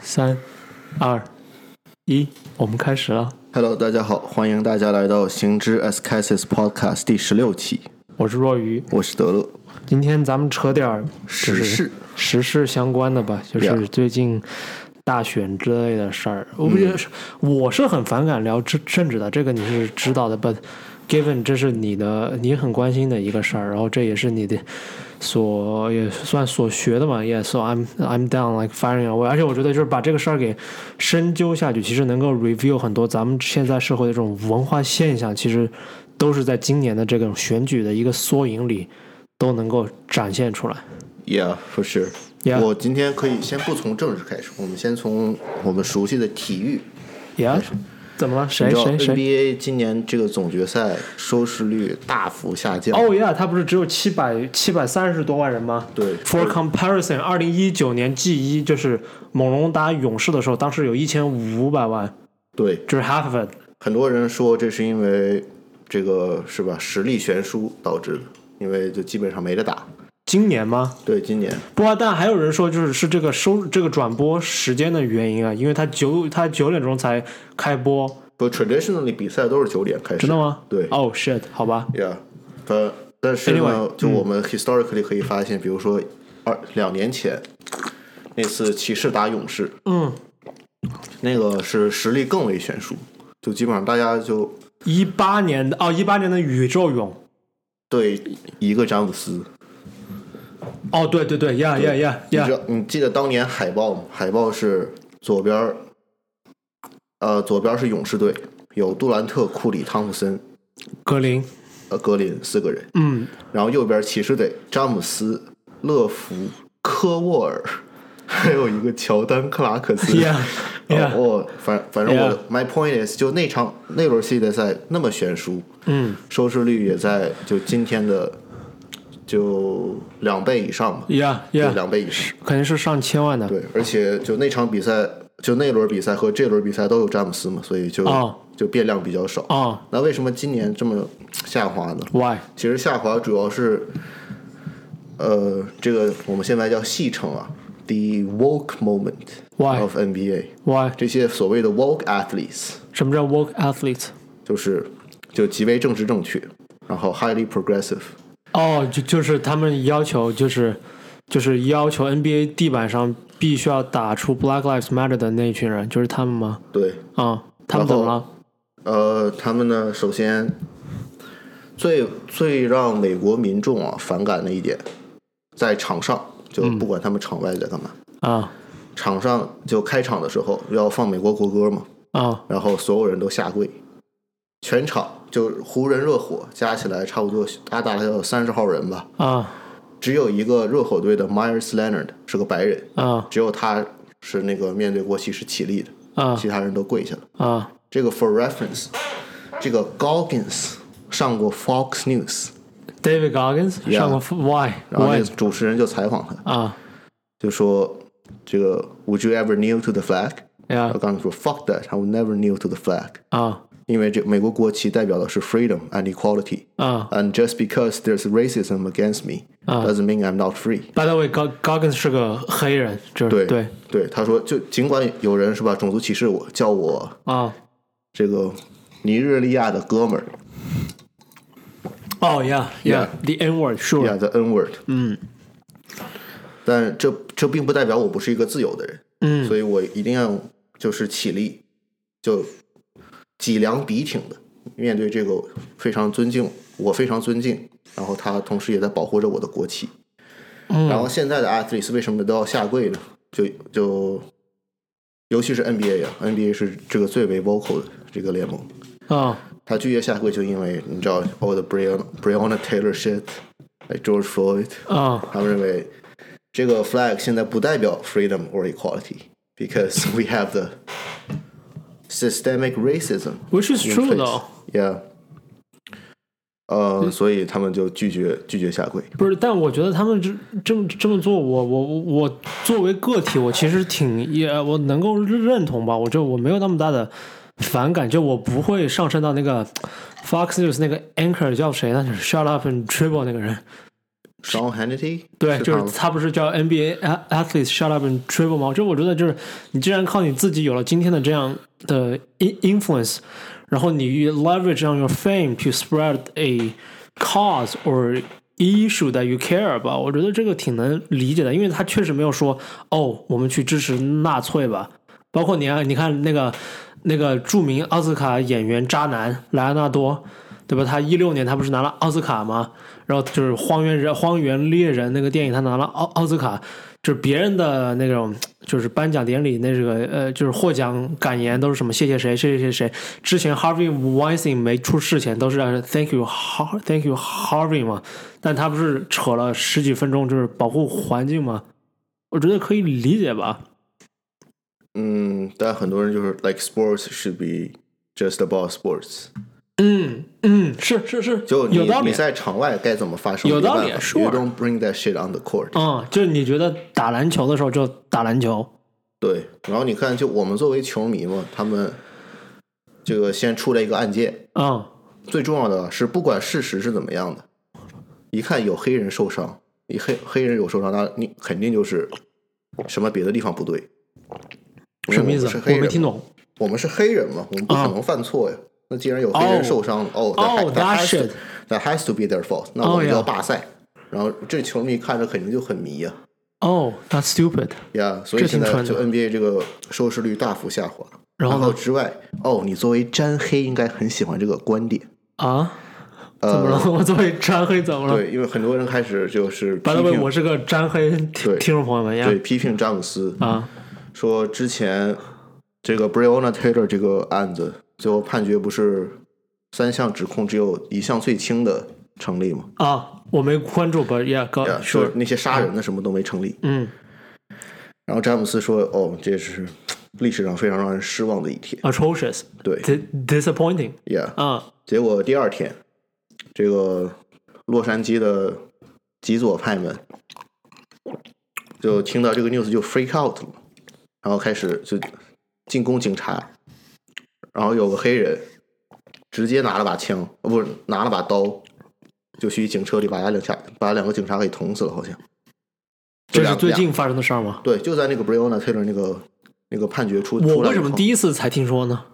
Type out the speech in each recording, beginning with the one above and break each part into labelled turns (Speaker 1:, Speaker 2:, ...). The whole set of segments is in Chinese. Speaker 1: 三、二、一，我们开始了。
Speaker 2: Hello，大家好，欢迎大家来到《行之 S k a s i s Podcast》第十六期，
Speaker 1: 我是若愚，
Speaker 2: 我是德乐。
Speaker 1: 今天咱们扯点儿
Speaker 2: 时
Speaker 1: 就是
Speaker 2: 事
Speaker 1: 时事相关的吧，就
Speaker 2: Yeah
Speaker 1: 是最近大选之类的事儿。我不觉得是，我是很反感聊政政治的，这个你是知道的。But given 这是你的，你很关心的一个事儿，然后这也是你的所也算所学的嘛。Yeah，so I'm I'm down like firing away。而且我觉得就是把这个事儿给深究下去，其实能够 review 很多咱们现在社会的这种文化现象，其实都是在今年的这种选举的一个缩影里都能够展现出来。
Speaker 2: Yeah，for sure。
Speaker 1: Yeah
Speaker 2: 我今天可以先不从政治开始，我们先从我们熟悉的体育。
Speaker 1: 呀，怎么了？
Speaker 2: 你
Speaker 1: 谁
Speaker 2: 知道
Speaker 1: 谁谁？
Speaker 2: NBA 今年这个总决赛收视率大幅下降。
Speaker 1: 哦呀，他不是只有七百七百三十多万人吗？
Speaker 2: 对
Speaker 1: ，For comparison，二零一九年 G 一就是猛龙打勇士的时候，当时有一千五百万，
Speaker 2: 对，
Speaker 1: 就是 half of it。
Speaker 2: 很多人说这是因为这个是吧实力悬殊导致的，因为就基本上没得打。
Speaker 1: 今年吗？
Speaker 2: 对，今年
Speaker 1: 不过，但还有人说，就是是这个收这个转播时间的原因啊，因为他九他九点钟才开播，
Speaker 2: 不 traditionally 比赛都是九点开始。
Speaker 1: 真的吗？
Speaker 2: 对
Speaker 1: 哦、shit，好吧，
Speaker 2: Yeah，但但是呢
Speaker 1: Anyway，
Speaker 2: 就我们 historically 可以发现，比如说二两年前那次骑士打勇士，
Speaker 1: 嗯，
Speaker 2: 那个是实力更为悬殊，就基本上大家就
Speaker 1: 一八年的哦，一八年的宇宙勇，
Speaker 2: 对一个詹姆斯。
Speaker 1: 哦，对对对，呀呀呀
Speaker 2: 你知
Speaker 1: 呀，
Speaker 2: 道你记得当年海报吗？海报是左边儿，呃，左边是勇士队，有杜兰特、库里、汤普森、
Speaker 1: 格林，
Speaker 2: 呃，格林四个人，
Speaker 1: 嗯，
Speaker 2: 然后右边骑士队詹姆斯、乐福、科沃尔， 还有一个乔丹·克拉克 斯。
Speaker 1: Yeah, yeah.
Speaker 2: 哦，反反正我
Speaker 1: Yeah.
Speaker 2: my point is，就那场那轮系列赛那么悬殊，
Speaker 1: 嗯，
Speaker 2: 收视率也在就今天的就两倍以上吧，
Speaker 1: 呀
Speaker 2: 就
Speaker 1: 呀，
Speaker 2: 两倍以上。
Speaker 1: 肯定是上千万的。
Speaker 2: 对，而且就那场比赛，就那轮比赛和这轮比赛都有詹姆斯嘛，所以就、
Speaker 1: 哦
Speaker 2: 就变量比较少。
Speaker 1: 哦
Speaker 2: 那为什么今年这么下滑呢？
Speaker 1: ，Why？
Speaker 2: 其实下滑主要是，呃，这个我们现在叫戏称啊，the woke moment
Speaker 1: Why？
Speaker 2: of NBA，
Speaker 1: Why？
Speaker 2: 这些所谓的 woke athletes，
Speaker 1: 什么叫 work athlete？
Speaker 2: 就是就极为政治正确，然后 highly progressive，
Speaker 1: 哦，就就是他们要求就是就是要求 NBA 地板上必须要打出 Black Lives Matter 的那一群人，就是他们吗？
Speaker 2: 对，
Speaker 1: 啊、他们怎么了？
Speaker 2: 呃，他们呢，首先最最让美国民众啊反感的一点，在场上就不管他们场外在干嘛，
Speaker 1: 啊
Speaker 2: 场上就开场的时候要放美国国歌嘛，
Speaker 1: 啊
Speaker 2: 然后所有人都下跪，全场就湖人热火加起来差不多大大概有三十号人吧，
Speaker 1: 啊
Speaker 2: 只有一个热火队的 Myers Leonard 是个白人，
Speaker 1: 啊
Speaker 2: 只有他是那个面对国旗是起立的，
Speaker 1: 啊
Speaker 2: 其他人都跪下了。
Speaker 1: 啊！
Speaker 2: 这个 for reference，这个 Goggins 上过 Fox News，
Speaker 1: David Goggins
Speaker 2: Yeah
Speaker 1: 上过 f- Why
Speaker 2: 然后那
Speaker 1: Why
Speaker 2: 个主持人就采访他，
Speaker 1: 啊
Speaker 2: 就说这个 Would you ever kneel to the flag？然
Speaker 1: 呀
Speaker 2: 后 Goggins 说 Fuck that，I would never kneel to the flag，
Speaker 1: 啊
Speaker 2: 因为这美国国旗代表的是 freedom and equality。
Speaker 1: 啊
Speaker 2: And just because there's racism against me doesn't mean I'm not free。
Speaker 1: ！By the way，Gog Goggins 是个黑人，就是
Speaker 2: 对
Speaker 1: 对
Speaker 2: 对，他说就尽管有人是吧种族歧视我，叫我
Speaker 1: 啊
Speaker 2: 这个尼日利亚的哥们儿
Speaker 1: 哦 yeah yeah the N word sure
Speaker 2: ，Yeah the N word。嗯。但这这并不代表我不是一个自由的人，
Speaker 1: 嗯
Speaker 2: 所以我一定要就是起立，就脊梁笔挺的面对这个非常尊敬，我非常尊敬，然后他同时也在保护着我的国旗。
Speaker 1: 嗯
Speaker 2: 然后现在的 athletes 为什么都要下跪呢？就就尤其是 NBA 啊，NBA 是这个最为 vocal 的这个联盟，
Speaker 1: 啊
Speaker 2: 他拒绝下跪就因为你知道 all the Breonna Breonna Taylor shit，like George Floyd，
Speaker 1: 啊
Speaker 2: 他们认为这个 flag 现在不代表 freedom or equality，because we have the systemic racism。
Speaker 1: ，which is true
Speaker 2: face.
Speaker 1: though。
Speaker 2: Yeah，呃，所以他们就拒绝拒绝下跪。
Speaker 1: 不是，但我觉得他们这这么这么做，我我我我作为个体，我其实挺也我能够认同吧。我就我没有那么大的反感，就我不会上升到那个 Fox News 那个 anchor 叫谁呢？就是 Shut up and dribble 那个人
Speaker 2: Sean Hannity，
Speaker 1: 对，就
Speaker 2: 他
Speaker 1: 是
Speaker 2: 吗
Speaker 1: 他不是叫 NBA a- athletes shut up and dribble 吗？这我觉得就是你既然靠你自己有了今天的这样的 in influence，然后你 leverage on your fame to spread a cause or issue that you care about，我觉得这个挺能理解的，因为他确实没有说哦，我们去支持纳粹吧，包括你啊，你看那个那个著名奥斯卡演员渣男莱昂纳多，对吧？他一六年他不是拿了奥斯卡吗？然后就是《荒原人》《荒原猎人》那个电影，他拿了奥奥斯卡，就是别人的那种就是颁奖典礼那这个呃就是获奖感言都是什么谢谢谁谢谢谁谁。之前 Harvey Weinstein 没出事前都是呃 Thank you Har Thank you Harvey 嘛，但他不是扯了十几分钟就是保护环境嘛，我觉得可以理解吧。
Speaker 2: 嗯，但很多人就是 like sports should be just about sports，
Speaker 1: 嗯嗯，是是是，
Speaker 2: 就你
Speaker 1: 有道理
Speaker 2: 你。在场外该怎么发生，
Speaker 1: 有道理
Speaker 2: 没办法
Speaker 1: sure
Speaker 2: You don't bring that shit on the court、
Speaker 1: 嗯，就是你觉得打篮球的时候就打篮球，
Speaker 2: 对，然后你看，就我们作为球迷嘛，他们这个先出来一个案件，
Speaker 1: 嗯，
Speaker 2: 最重要的是，不管事实是怎么样的，一看有黑人受伤，你黑黑人有受伤，那你肯定就是什么别的地方不对。
Speaker 1: 什么意思
Speaker 2: 我们是？
Speaker 1: 我
Speaker 2: 黑
Speaker 1: 没
Speaker 2: 人嘛
Speaker 1: 听懂。
Speaker 2: 我们是黑人
Speaker 1: 啊
Speaker 2: 嘛，我们不可能犯错呀。那既然有黑人受伤了，哦
Speaker 1: Oh, that
Speaker 2: that has
Speaker 1: shit.
Speaker 2: to- that has to be their fault，那
Speaker 1: Oh,
Speaker 2: 我们就要
Speaker 1: yeah.
Speaker 2: 罢赛。然后这球迷看着肯定就很迷呀、
Speaker 1: 哦、t h a t s stupid。
Speaker 2: 呀、所以
Speaker 1: 这挺
Speaker 2: 现在
Speaker 1: 蠢的
Speaker 2: 就 NBA 这个收视率大幅下滑。
Speaker 1: 然后呢
Speaker 2: 之外，哦，你作为沾黑应该很喜欢这个观点，呃
Speaker 1: 啊？怎么了？我作为沾黑怎么了
Speaker 2: 对，因为很多人开始就是批
Speaker 1: b 了 t
Speaker 2: 评
Speaker 1: 我是啊个沾黑听
Speaker 2: 对
Speaker 1: 听众朋友们呀
Speaker 2: 对，批评詹姆斯
Speaker 1: 啊，
Speaker 2: 说之前这个 Breonna Taylor 这个案子最后判决不是三项指控只有一项最轻的成立吗？
Speaker 1: 啊，我没关注，but yeah, go
Speaker 2: 呀
Speaker 1: sure，
Speaker 2: 就那些杀人的什么都没成立。
Speaker 1: 嗯
Speaker 2: 然后詹姆斯说：“哦，这是历史上非常让人失望的一天。
Speaker 1: ，atrocious，”
Speaker 2: 对
Speaker 1: di- disappointing，
Speaker 2: ，Yeah。
Speaker 1: 啊
Speaker 2: 结果第二天，这个洛杉矶的极左派们就听到这个 news 就 freak out 了，然后开始就进攻警察，然后有个黑人直接拿了把枪，呃不是拿了把刀，就去警车里把他两下把两个警察给捅死了，好像。
Speaker 1: 这
Speaker 2: 两
Speaker 1: 是最
Speaker 2: 两
Speaker 1: 近发生的事儿吗？
Speaker 2: 对，就在那个 Breonna Taylor 那个那个判决出出来以
Speaker 1: 我
Speaker 2: 后，
Speaker 1: 为什么第一次才听说呢？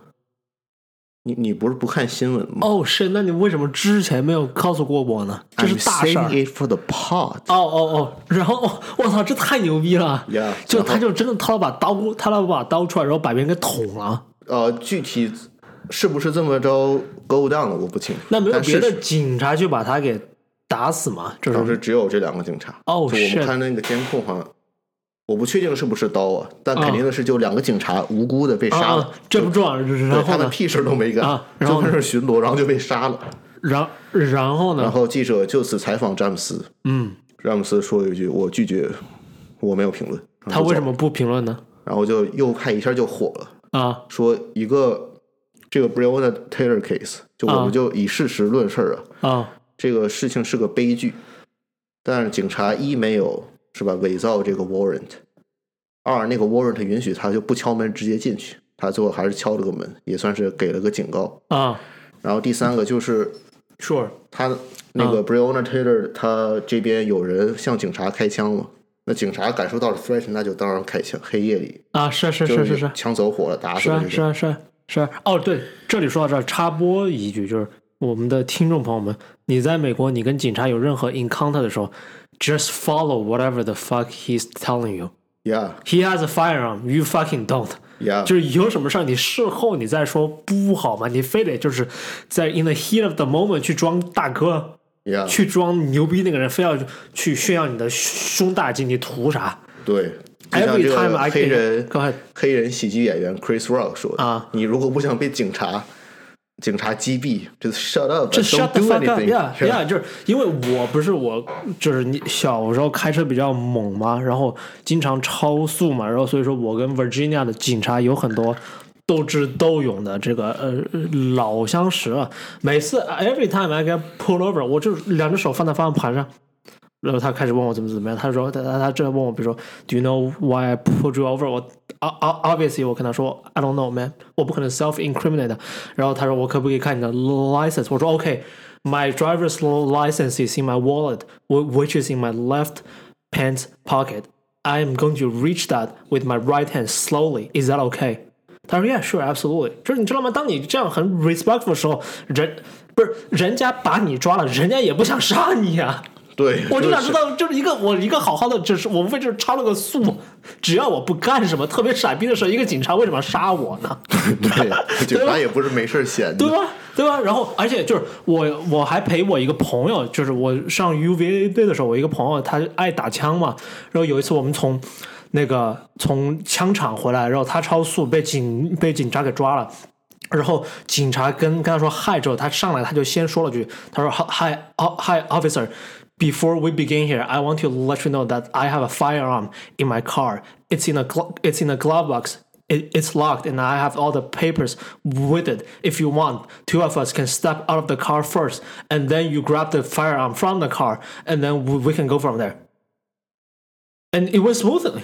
Speaker 2: 你你不是不看新闻吗？
Speaker 1: 哦，是，那你为什么之前没有告诉过我呢？这是大事
Speaker 2: I'm
Speaker 1: 儿。啊
Speaker 2: saving it for the pod.
Speaker 1: 哦哦哦，然后哦我操，这太牛逼了
Speaker 2: Yeah，
Speaker 1: 就
Speaker 2: 然后
Speaker 1: 他就真的掏了把刀，掏了把刀出来，然后把别人给捅了。
Speaker 2: 呃，具体是不是这么着 go down 的我不清楚。
Speaker 1: 那没有
Speaker 2: 但
Speaker 1: 别
Speaker 2: 事
Speaker 1: 的
Speaker 2: 实
Speaker 1: 警察去把他给打死吗？这
Speaker 2: 当
Speaker 1: 种
Speaker 2: 时只有这两个警察。
Speaker 1: Oh,
Speaker 2: 就我
Speaker 1: shit
Speaker 2: 们看那个监控好像，我不确定是不是刀啊，但肯
Speaker 1: 啊
Speaker 2: 定的是就两个警察无辜的被
Speaker 1: 啊
Speaker 2: 杀了，
Speaker 1: 啊，这不重要。
Speaker 2: 对
Speaker 1: 然
Speaker 2: 他
Speaker 1: 后
Speaker 2: 们
Speaker 1: 呢？
Speaker 2: 屁事儿都没干，
Speaker 1: 啊然后呢
Speaker 2: 就
Speaker 1: 啊
Speaker 2: 在那儿巡逻，然后就被杀了。
Speaker 1: 然然后
Speaker 2: 然
Speaker 1: 呢？
Speaker 2: 后记者就此采访詹姆斯，
Speaker 1: 嗯，
Speaker 2: 詹姆斯说了一句：“我拒绝，我没有评论。”然
Speaker 1: 他
Speaker 2: 后就
Speaker 1: 为什
Speaker 2: 走
Speaker 1: 么不评论呢？
Speaker 2: 了？然后就右派一下就火了，
Speaker 1: 啊
Speaker 2: 说一个这个 Breonna Taylor case，就我
Speaker 1: 啊
Speaker 2: 们就以事实论事儿啊。
Speaker 1: 啊
Speaker 2: 这个事情是个悲剧，但是警察一没有是吧伪造这个 warrant，二那个 warrant 允许他就不敲门直接进去，他最后还是敲了个门，也算是给了个警告。
Speaker 1: 啊
Speaker 2: 然后第三个就是
Speaker 1: ，sure，
Speaker 2: 他那
Speaker 1: 啊
Speaker 2: 个 Breonna Taylor 他这边有人向警察开枪嘛，那警察感受到了 threat，那就当然开枪。黑夜里
Speaker 1: 啊，是是
Speaker 2: 就是
Speaker 1: 是是
Speaker 2: 枪走火了，打死
Speaker 1: 是
Speaker 2: 了
Speaker 1: 啊
Speaker 2: 这
Speaker 1: 是
Speaker 2: 种。
Speaker 1: 啊是啊是啊哦，对，这里说到这儿，插播一句，就是我们的听众朋友们，你在美国，你跟警察有任何 encounter 的时候，just follow whatever the fuck he's telling you。
Speaker 2: Yeah
Speaker 1: He has a firearm, you fucking don't。
Speaker 2: yeah，
Speaker 1: 啊就是有什么事儿，你事后你再说不好吗？你非得就是在 in the heat of the moment 去装大哥，
Speaker 2: yeah
Speaker 1: 去装牛逼那个人，非要去炫耀你的胸大肌，你图啥
Speaker 2: 对，就像
Speaker 1: ？Every
Speaker 2: 这
Speaker 1: time
Speaker 2: 个
Speaker 1: I
Speaker 2: 黑
Speaker 1: can-
Speaker 2: 人
Speaker 1: go ahead
Speaker 2: 黑人喜剧演员 Chris Rock 说的
Speaker 1: 啊，
Speaker 2: 你如果不想被警察警察击毙，就 shut up，
Speaker 1: 这
Speaker 2: don't
Speaker 1: shut the
Speaker 2: do
Speaker 1: fuck up，yeah
Speaker 2: anything，
Speaker 1: yeah，就是因为我不是我，就是你小时候开车比较猛嘛，然后经常超速嘛，然后所以说我跟 Virginia 的警察有很多斗智斗勇的这个呃老相识了。每次呃 every time I get pulled over，我就两只手放在方向盘上，然后他开始问我怎么怎么样，他说他他他这问我，比如说 Do you know why I pulled you over？我 o- o- obviously 我跟他说 I don't know man，我不可能 self incriminate。然后他说我可不可以看你的 license？我说 OK。 My driver's license is in my wallet, wh- which is in my left pants pocket. I am going to reach that with my right hand slowly. Is that okay? 他说 Yeah, sure, absolutely. 就是你知道吗？当你这样很 respectful 的时候，人不是人家把你抓了，人家也不想杀你呀、
Speaker 2: 对，
Speaker 1: 我就想知
Speaker 2: 是，
Speaker 1: 道，就是一个我一个好好的，只是我无非就是抄了个诉，只要我不干什么特别傻逼的事，一个警察为什么要杀我呢？
Speaker 2: 对，警察也不是没事儿闲
Speaker 1: 对
Speaker 2: 的，
Speaker 1: 吧？对吧？然后，而且就是我，我还陪我一个朋友，就是我上 UVA 队的时候，我一个朋友他爱打枪嘛，然后有一次我们从那个从枪场回来，然后他超速被警被警察给抓了。然后警察跟跟他说嗨之后，他上来他就先说了句，他说 hi hi officer。Before we begin here, I want to let you know that I have a firearm in my car. It's in a glo- it's in a glove box. It, it's locked, and I have all the papers with it. If you want, two of us can step out of the car first, and then you grab the firearm from the car, and then we, we can go from there. And it went smoothly.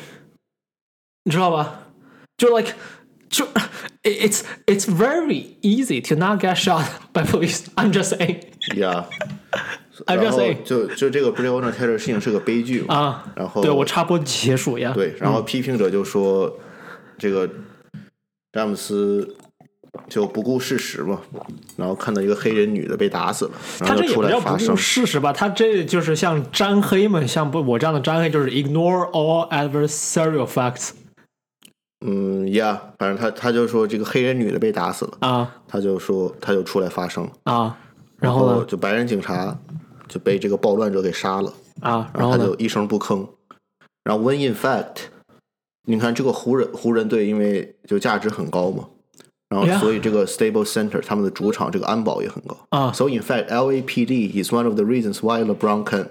Speaker 1: 你知道吧？就 like 就 it's it's very easy to not get shot by police. I'm just saying.
Speaker 2: 呀。
Speaker 1: I'm
Speaker 2: 然
Speaker 1: just
Speaker 2: 后
Speaker 1: saying
Speaker 2: 就就这个 Black Order Terror 事情是个悲剧嘛，
Speaker 1: 啊，
Speaker 2: 然后
Speaker 1: 对我嗯插播结束呀。
Speaker 2: 对，然后批评者就说，这个詹姆斯就不顾事实嘛，然后看到一个黑人女的被打死了，然
Speaker 1: 他
Speaker 2: 后
Speaker 1: 这
Speaker 2: 就
Speaker 1: 也不
Speaker 2: 出来
Speaker 1: 叫
Speaker 2: 发
Speaker 1: 不
Speaker 2: 声
Speaker 1: 顾，事实吧？他这就是像沾黑嘛，像不我这样的沾黑就是 ignore all adversarial facts
Speaker 2: 嗯呀，反正他他就说这个黑人女的被打死了，
Speaker 1: 啊
Speaker 2: 他就说他就出来发声，
Speaker 1: 啊，然后呢
Speaker 2: 就白人警察就被这个暴乱者给杀了，
Speaker 1: 啊，
Speaker 2: 然
Speaker 1: 然
Speaker 2: 后
Speaker 1: 后
Speaker 2: 他
Speaker 1: 呢
Speaker 2: 就一声不吭，然后 when in fact，你看这个湖人湖人队因为就价值很高嘛。然后
Speaker 1: Yeah，
Speaker 2: 所以这个 Stable Center 他们的主场这个安保也很高，
Speaker 1: 啊
Speaker 2: So in fact, LAPD is one of the reasons why LeBron can,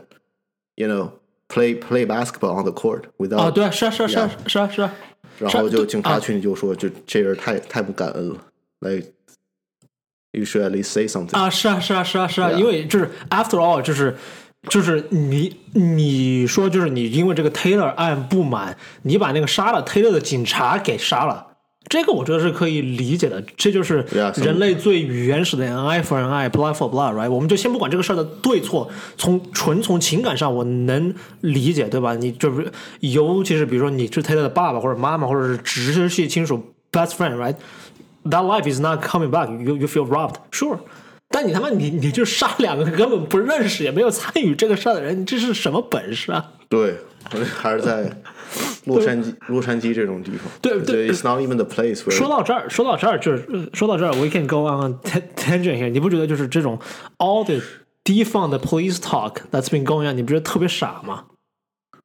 Speaker 2: you know, play play basketball on the court
Speaker 1: 啊，
Speaker 2: without
Speaker 1: 对啊，是啊是啊是啊是啊是啊，
Speaker 2: 然后就
Speaker 1: 对啊
Speaker 2: 警察群里就说，就这人太太不感恩了，like you should at least say something
Speaker 1: 啊，是啊，是啊，是啊，是啊
Speaker 2: Yeah.
Speaker 1: 因为就是 after all，就是就是你你说就是你因为这个 Taylor 案不满，你把那个杀了 Taylor 的警察给杀了。这个我觉得是可以理解的，这就是
Speaker 2: Yeah, some-
Speaker 1: 人类最原始的 n eye for an eye，blood for blood，right？我们就先不管这个事儿的对错，从纯从情感上我能理解，对吧？你就是，尤其是比如说你是 Taylor 的爸爸或者妈妈，或者是直系亲属 best friend，right？That life is not coming back. You you feel robbed. Sure. 但你他妈你你就杀两个根本不认识也没有参与这个事儿的人，你这是什么本事啊？
Speaker 2: 对， 还 是在洛杉矶洛杉矶这种地方。
Speaker 1: 对对
Speaker 2: ，It's not even the place
Speaker 1: 说
Speaker 2: where
Speaker 1: 到这儿，说到这儿就是呃说到这儿，we can go on a tan- tangent here。你不觉得就是这种 all the 地方的 police talk that's been going on，你不觉得特别傻吗？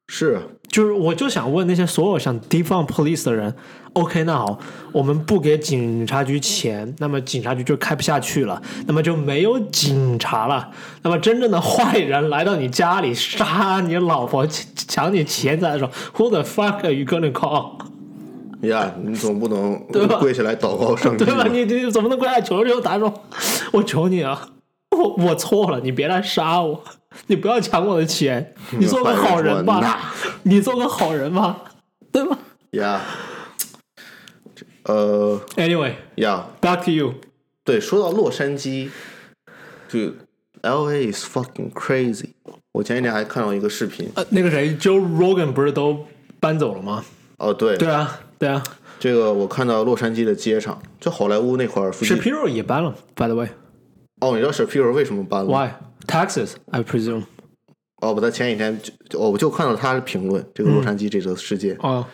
Speaker 2: 是啊
Speaker 1: 就是我就想问那些所有想 defund police 的人，OK，那好，我们不给警察局钱，那么警察局就开不下去了，那么就没有警察了，那么真正的坏人来到你家里杀你老婆、抢抢你钱财的时候，Who the fuck are you gonna call？
Speaker 2: 呀，你总不能
Speaker 1: 对吧
Speaker 2: 跪下来祷告上帝
Speaker 1: 对吧？
Speaker 2: 吧？
Speaker 1: 你你怎么能跪下求求他说，我求你啊，我我错了，你别来杀我，你不要抢我的钱，你做个好人吧，你做个好人吧，对吧
Speaker 2: 呀， 呃
Speaker 1: ？Anyway。
Speaker 2: 呀，
Speaker 1: Back to you。
Speaker 2: 对，说到洛杉矶，就 L A is fucking crazy。我前几天还看到一个视频，
Speaker 1: 呃，那个谁，Joe Rogan 不是都搬走了吗？
Speaker 2: 哦，对，
Speaker 1: 对啊，对啊
Speaker 2: 这个我看到洛杉矶的街上，就好莱坞那块儿附近。
Speaker 1: ，Shapiro 也搬了。By the
Speaker 2: 哦，你知道 Shapiro 为什么搬了吗？
Speaker 1: way，why taxes? I presume。
Speaker 2: 哦，我在前几天就就哦，我就看到他的评论，这个洛杉矶这个世界，
Speaker 1: 哦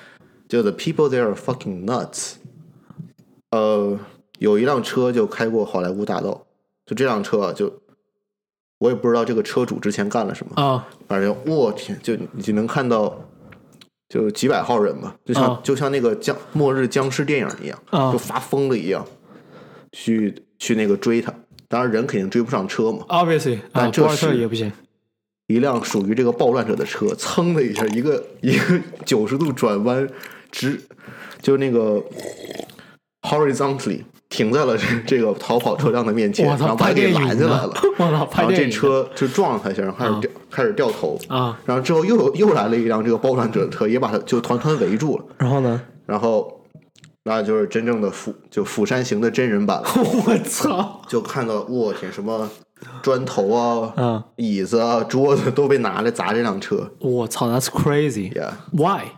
Speaker 2: 就 the people there are fucking nuts。呃，有一辆车就开过好莱坞大道，就这辆车啊，就我也不知道这个车主之前干了什么，
Speaker 1: 啊
Speaker 2: 反正我天，就你就能看到，就几百号人吧，就像、
Speaker 1: 啊
Speaker 2: 就像那个僵末日僵尸电影一样，
Speaker 1: 啊
Speaker 2: 就发疯了一样，去去那个追他。当然人肯定追不上车嘛，
Speaker 1: ，obviously 啊，
Speaker 2: 但这
Speaker 1: 博尔特
Speaker 2: 是
Speaker 1: 也不行。
Speaker 2: 一辆属于这个暴乱者的车，噌的一下，一个一个九十度转弯，直就那个 horizontally 停在了这这个逃跑车辆的面前，
Speaker 1: 我
Speaker 2: 然后
Speaker 1: 操，
Speaker 2: 把
Speaker 1: 拍
Speaker 2: 他给
Speaker 1: 电影
Speaker 2: 拦下来
Speaker 1: 呢
Speaker 2: 了。
Speaker 1: 我操，拍
Speaker 2: 然后
Speaker 1: 电
Speaker 2: 这
Speaker 1: 影呢
Speaker 2: 车就撞了他一下，然后开始掉、开始掉头
Speaker 1: 啊，
Speaker 2: 然后之后又有又来了一辆这个暴乱者的车，也把他就团团围住了。
Speaker 1: 然后呢？
Speaker 2: 然后那就是真正的釜就釜山行的真人版了，
Speaker 1: 我操
Speaker 2: 就看到我天什么砖头啊、
Speaker 1: 嗯，
Speaker 2: 椅子啊、桌子都被拿来砸这辆车。
Speaker 1: 我操，That's crazy。
Speaker 2: Yeah，
Speaker 1: Why？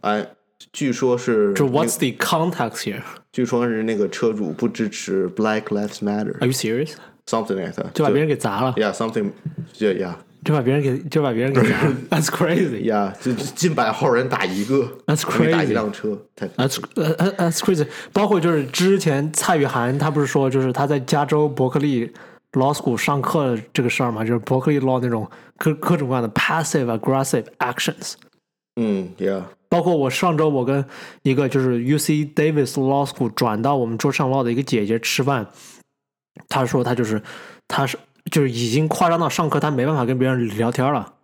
Speaker 2: 哎，据说是
Speaker 1: 就 What's the context here？
Speaker 2: 据说是那个车主不支持 Black Lives Matter
Speaker 1: Are you serious？
Speaker 2: something like that，
Speaker 1: 就把别人给砸了，
Speaker 2: Yeah something yeah
Speaker 1: 就把别人给就把别人给 砸了。That's crazy.
Speaker 2: yeah，就就近百号人打一个，
Speaker 1: That's
Speaker 2: 没打一
Speaker 1: crazy
Speaker 2: 辆车，太
Speaker 1: That's 呃呃 That's crazy。包括就是之前蔡雨涵她不是说就是她在加州伯克利 law school 上课的这个事儿嘛，就是伯克利 law 那种各各种各样的 passive aggressive actions。
Speaker 2: 嗯 yeah
Speaker 1: 包括我上周我跟一个就是 UC Davis Law School 转到我们桌上 law 的一个姐姐吃饭，她说她就是她是就是已经夸张到上课她没办法跟别人聊天了，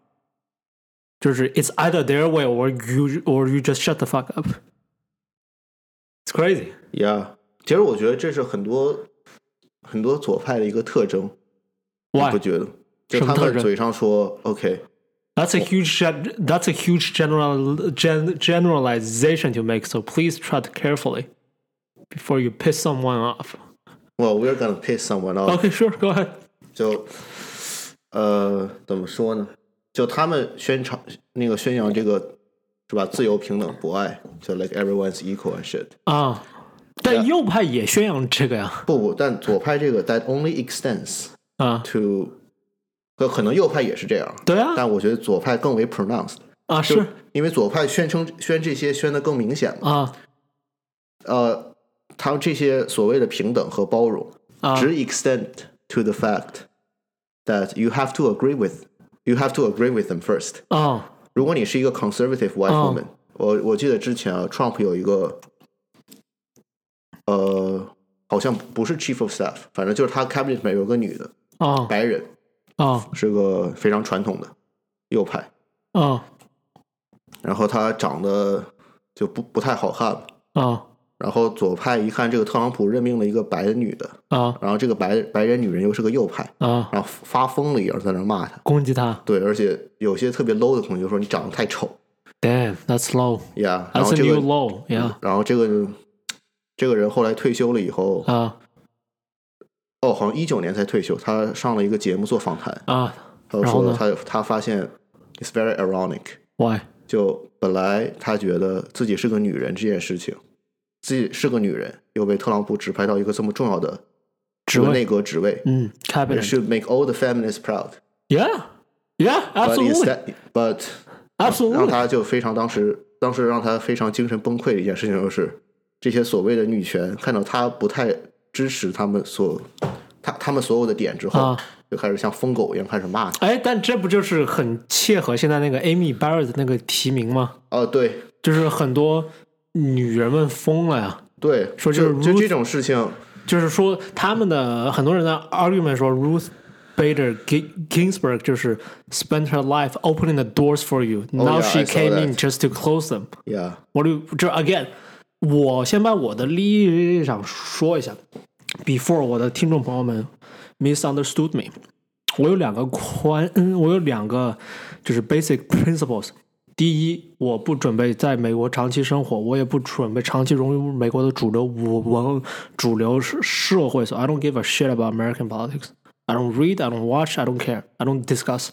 Speaker 1: 就是 It's either their way or you or you just shut the fuck up. It's crazy.
Speaker 2: yeah，其实我觉得这是很多很多左派的一个特征，你
Speaker 1: Why?
Speaker 2: 不觉得？就
Speaker 1: 什么
Speaker 2: 他
Speaker 1: 特
Speaker 2: 们
Speaker 1: 征
Speaker 2: 嘴上说 OK，
Speaker 1: That's a huge gen- that's a huge general gen, generalization to make. So please tread carefully before you piss someone off.
Speaker 2: 哇、well,，we're gonna piss someone off，、
Speaker 1: Okay, sure, go ahead.
Speaker 2: 就呃怎么说呢？就他们宣传那个宣扬这个是吧？自由、平等、博爱，就 like everyone's equal and shit。
Speaker 1: 啊、但右派也宣扬这个呀，
Speaker 2: 不不，但左派这个 that only extends
Speaker 1: 啊、
Speaker 2: to，可可能右派也是这样，
Speaker 1: 对啊，
Speaker 2: 但我觉得左派更为 pronounced，
Speaker 1: 啊
Speaker 2: 就是因为左派宣称宣这些宣的更明显嘛，
Speaker 1: 啊
Speaker 2: 呃，他们这些所谓的平等和包容，
Speaker 1: 啊
Speaker 2: 只 extend to the fact that you have to agree with you have to agree with them first。
Speaker 1: 啊
Speaker 2: 如果你是一个 conservative white
Speaker 1: 嗯
Speaker 2: woman，、我我记得之前啊，Trump 有一个，呃，好像不是 chief of staff，反正就是他 cabinet 里面有个女的，
Speaker 1: 啊
Speaker 2: 白人，
Speaker 1: 啊
Speaker 2: 是个非常传统的右派，
Speaker 1: 啊
Speaker 2: 然后她长得就不不太好看，
Speaker 1: 啊
Speaker 2: 然后左派一看这个特朗普任命了一个白人女的，
Speaker 1: 啊
Speaker 2: 然后这个白白人女人又是个右派，
Speaker 1: 啊，
Speaker 2: 然后发疯了一样在那骂他，
Speaker 1: 攻击他
Speaker 2: 对，而且有些特别 low 的朋友就说你长得太丑
Speaker 1: ，Damn, that's low,
Speaker 2: 呀然后
Speaker 1: that's a
Speaker 2: 这
Speaker 1: new
Speaker 2: 个
Speaker 1: low, yeah，
Speaker 2: 然后这个这个人后来退休了以后，
Speaker 1: 啊
Speaker 2: 哦，好像一九年才退休，他上了一个节目做访谈，
Speaker 1: 啊
Speaker 2: 他就
Speaker 1: 然后
Speaker 2: 说
Speaker 1: 呢
Speaker 2: 他他发现 it's very ironic，
Speaker 1: ，Why？
Speaker 2: 就本来他觉得自己是个女人这件事情，自己是个女人，又被特朗普指派到一个这么重要的
Speaker 1: 职位
Speaker 2: 内阁职位
Speaker 1: 嗯
Speaker 2: ，it
Speaker 1: ，cabinet,
Speaker 2: should make all the feminists proud。
Speaker 1: yeah, yeah,
Speaker 2: But
Speaker 1: absolutely,
Speaker 2: instead- but 让
Speaker 1: absolutely，
Speaker 2: 他就非常当时当时让他非常精神崩溃的一件事情就是，这些所谓的女权看到他不太支持他们所他他们所有的点之后，
Speaker 1: 啊
Speaker 2: 就开始像疯狗一样开始骂他。
Speaker 1: 哎，但这不就是很切合现在那个 Amy Barrett 那个提名吗？
Speaker 2: 哦，对
Speaker 1: 就是很多女人们疯了呀。
Speaker 2: 对，
Speaker 1: 说就
Speaker 2: 就是就
Speaker 1: Ruth-
Speaker 2: 这种事情，
Speaker 1: 就是说他们的很多人的 argument 说 Ruth Bader Gi- Ginsburg 就是 spent her life opening the doors for you. Now
Speaker 2: Oh, yeah,
Speaker 1: she
Speaker 2: I saw
Speaker 1: came
Speaker 2: that.
Speaker 1: in just to close them.
Speaker 2: 呀、
Speaker 1: 我就就 again，我先把我的立场说一下，before 我的听众朋友们 misunderstood me。我有两个宽，嗯，我有两个就是 basic principles。第一，我不准备在美国长期生活，我也不准备长期融入美国的主流文主流社社会。So I don't give a shit about American politics. I don't read, I don't watch, I don't care, I don't discuss.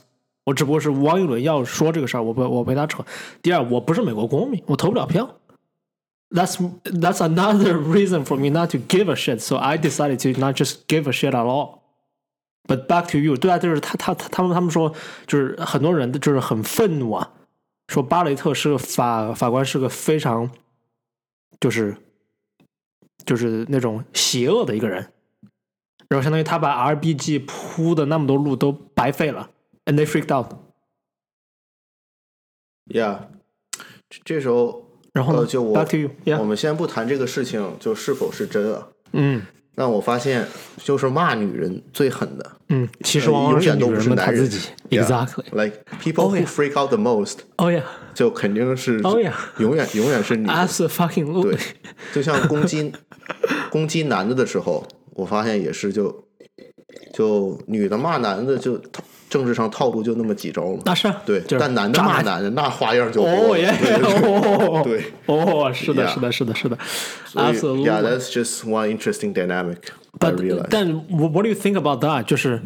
Speaker 1: 我只不过是汪一伦要说这个事儿，我不我陪他扯。第二，我不是美国公民，我投不了票。That's that's another reason for me not to give a shit. So I decided to not just give a shit at all. But back to you，对啊，就是他他他他们他们说，就是很多人就是很愤怒啊，说巴雷特是个法法官，是个非常就是就是那种邪恶的一个人，然后相当于他把 RBG 铺的那么多路都白费了，and they freaked out。
Speaker 2: 呀、这这时候
Speaker 1: 然后呢、
Speaker 2: 呃就我
Speaker 1: back to you，yeah，
Speaker 2: 我们先不谈这个事情就是否是真啊，
Speaker 1: 嗯
Speaker 2: 但我发现就是骂女人最狠的
Speaker 1: 嗯，其实往往
Speaker 2: 呃永远
Speaker 1: 女
Speaker 2: 都不
Speaker 1: 人
Speaker 2: 是
Speaker 1: 们她
Speaker 2: 男人
Speaker 1: 自己
Speaker 2: Yeah
Speaker 1: ，exactly。
Speaker 2: ，like people who freak out the most，、
Speaker 1: Oh yeah,
Speaker 2: 就肯定是
Speaker 1: Oh yeah
Speaker 2: 永远永远 是女的。对
Speaker 1: absolutely.，
Speaker 2: 就像攻击攻击男的的时候，我发现也是就就女的骂男的就套政治上套路就那么几招嘛。
Speaker 1: 那是啊
Speaker 2: 对，
Speaker 1: 就是
Speaker 2: 但男的
Speaker 1: 渣
Speaker 2: 骂
Speaker 1: 男
Speaker 2: 男的那花样就多了。
Speaker 1: 哦耶，哦
Speaker 2: 对，
Speaker 1: 哦，是的，
Speaker 2: Yeah
Speaker 1: 是的，是的，是的
Speaker 2: 所以
Speaker 1: ，absolutely，
Speaker 2: Yeah, that's just one interesting dynamic. I
Speaker 1: But
Speaker 2: realize.
Speaker 1: 但 wh- what do you think about that？就是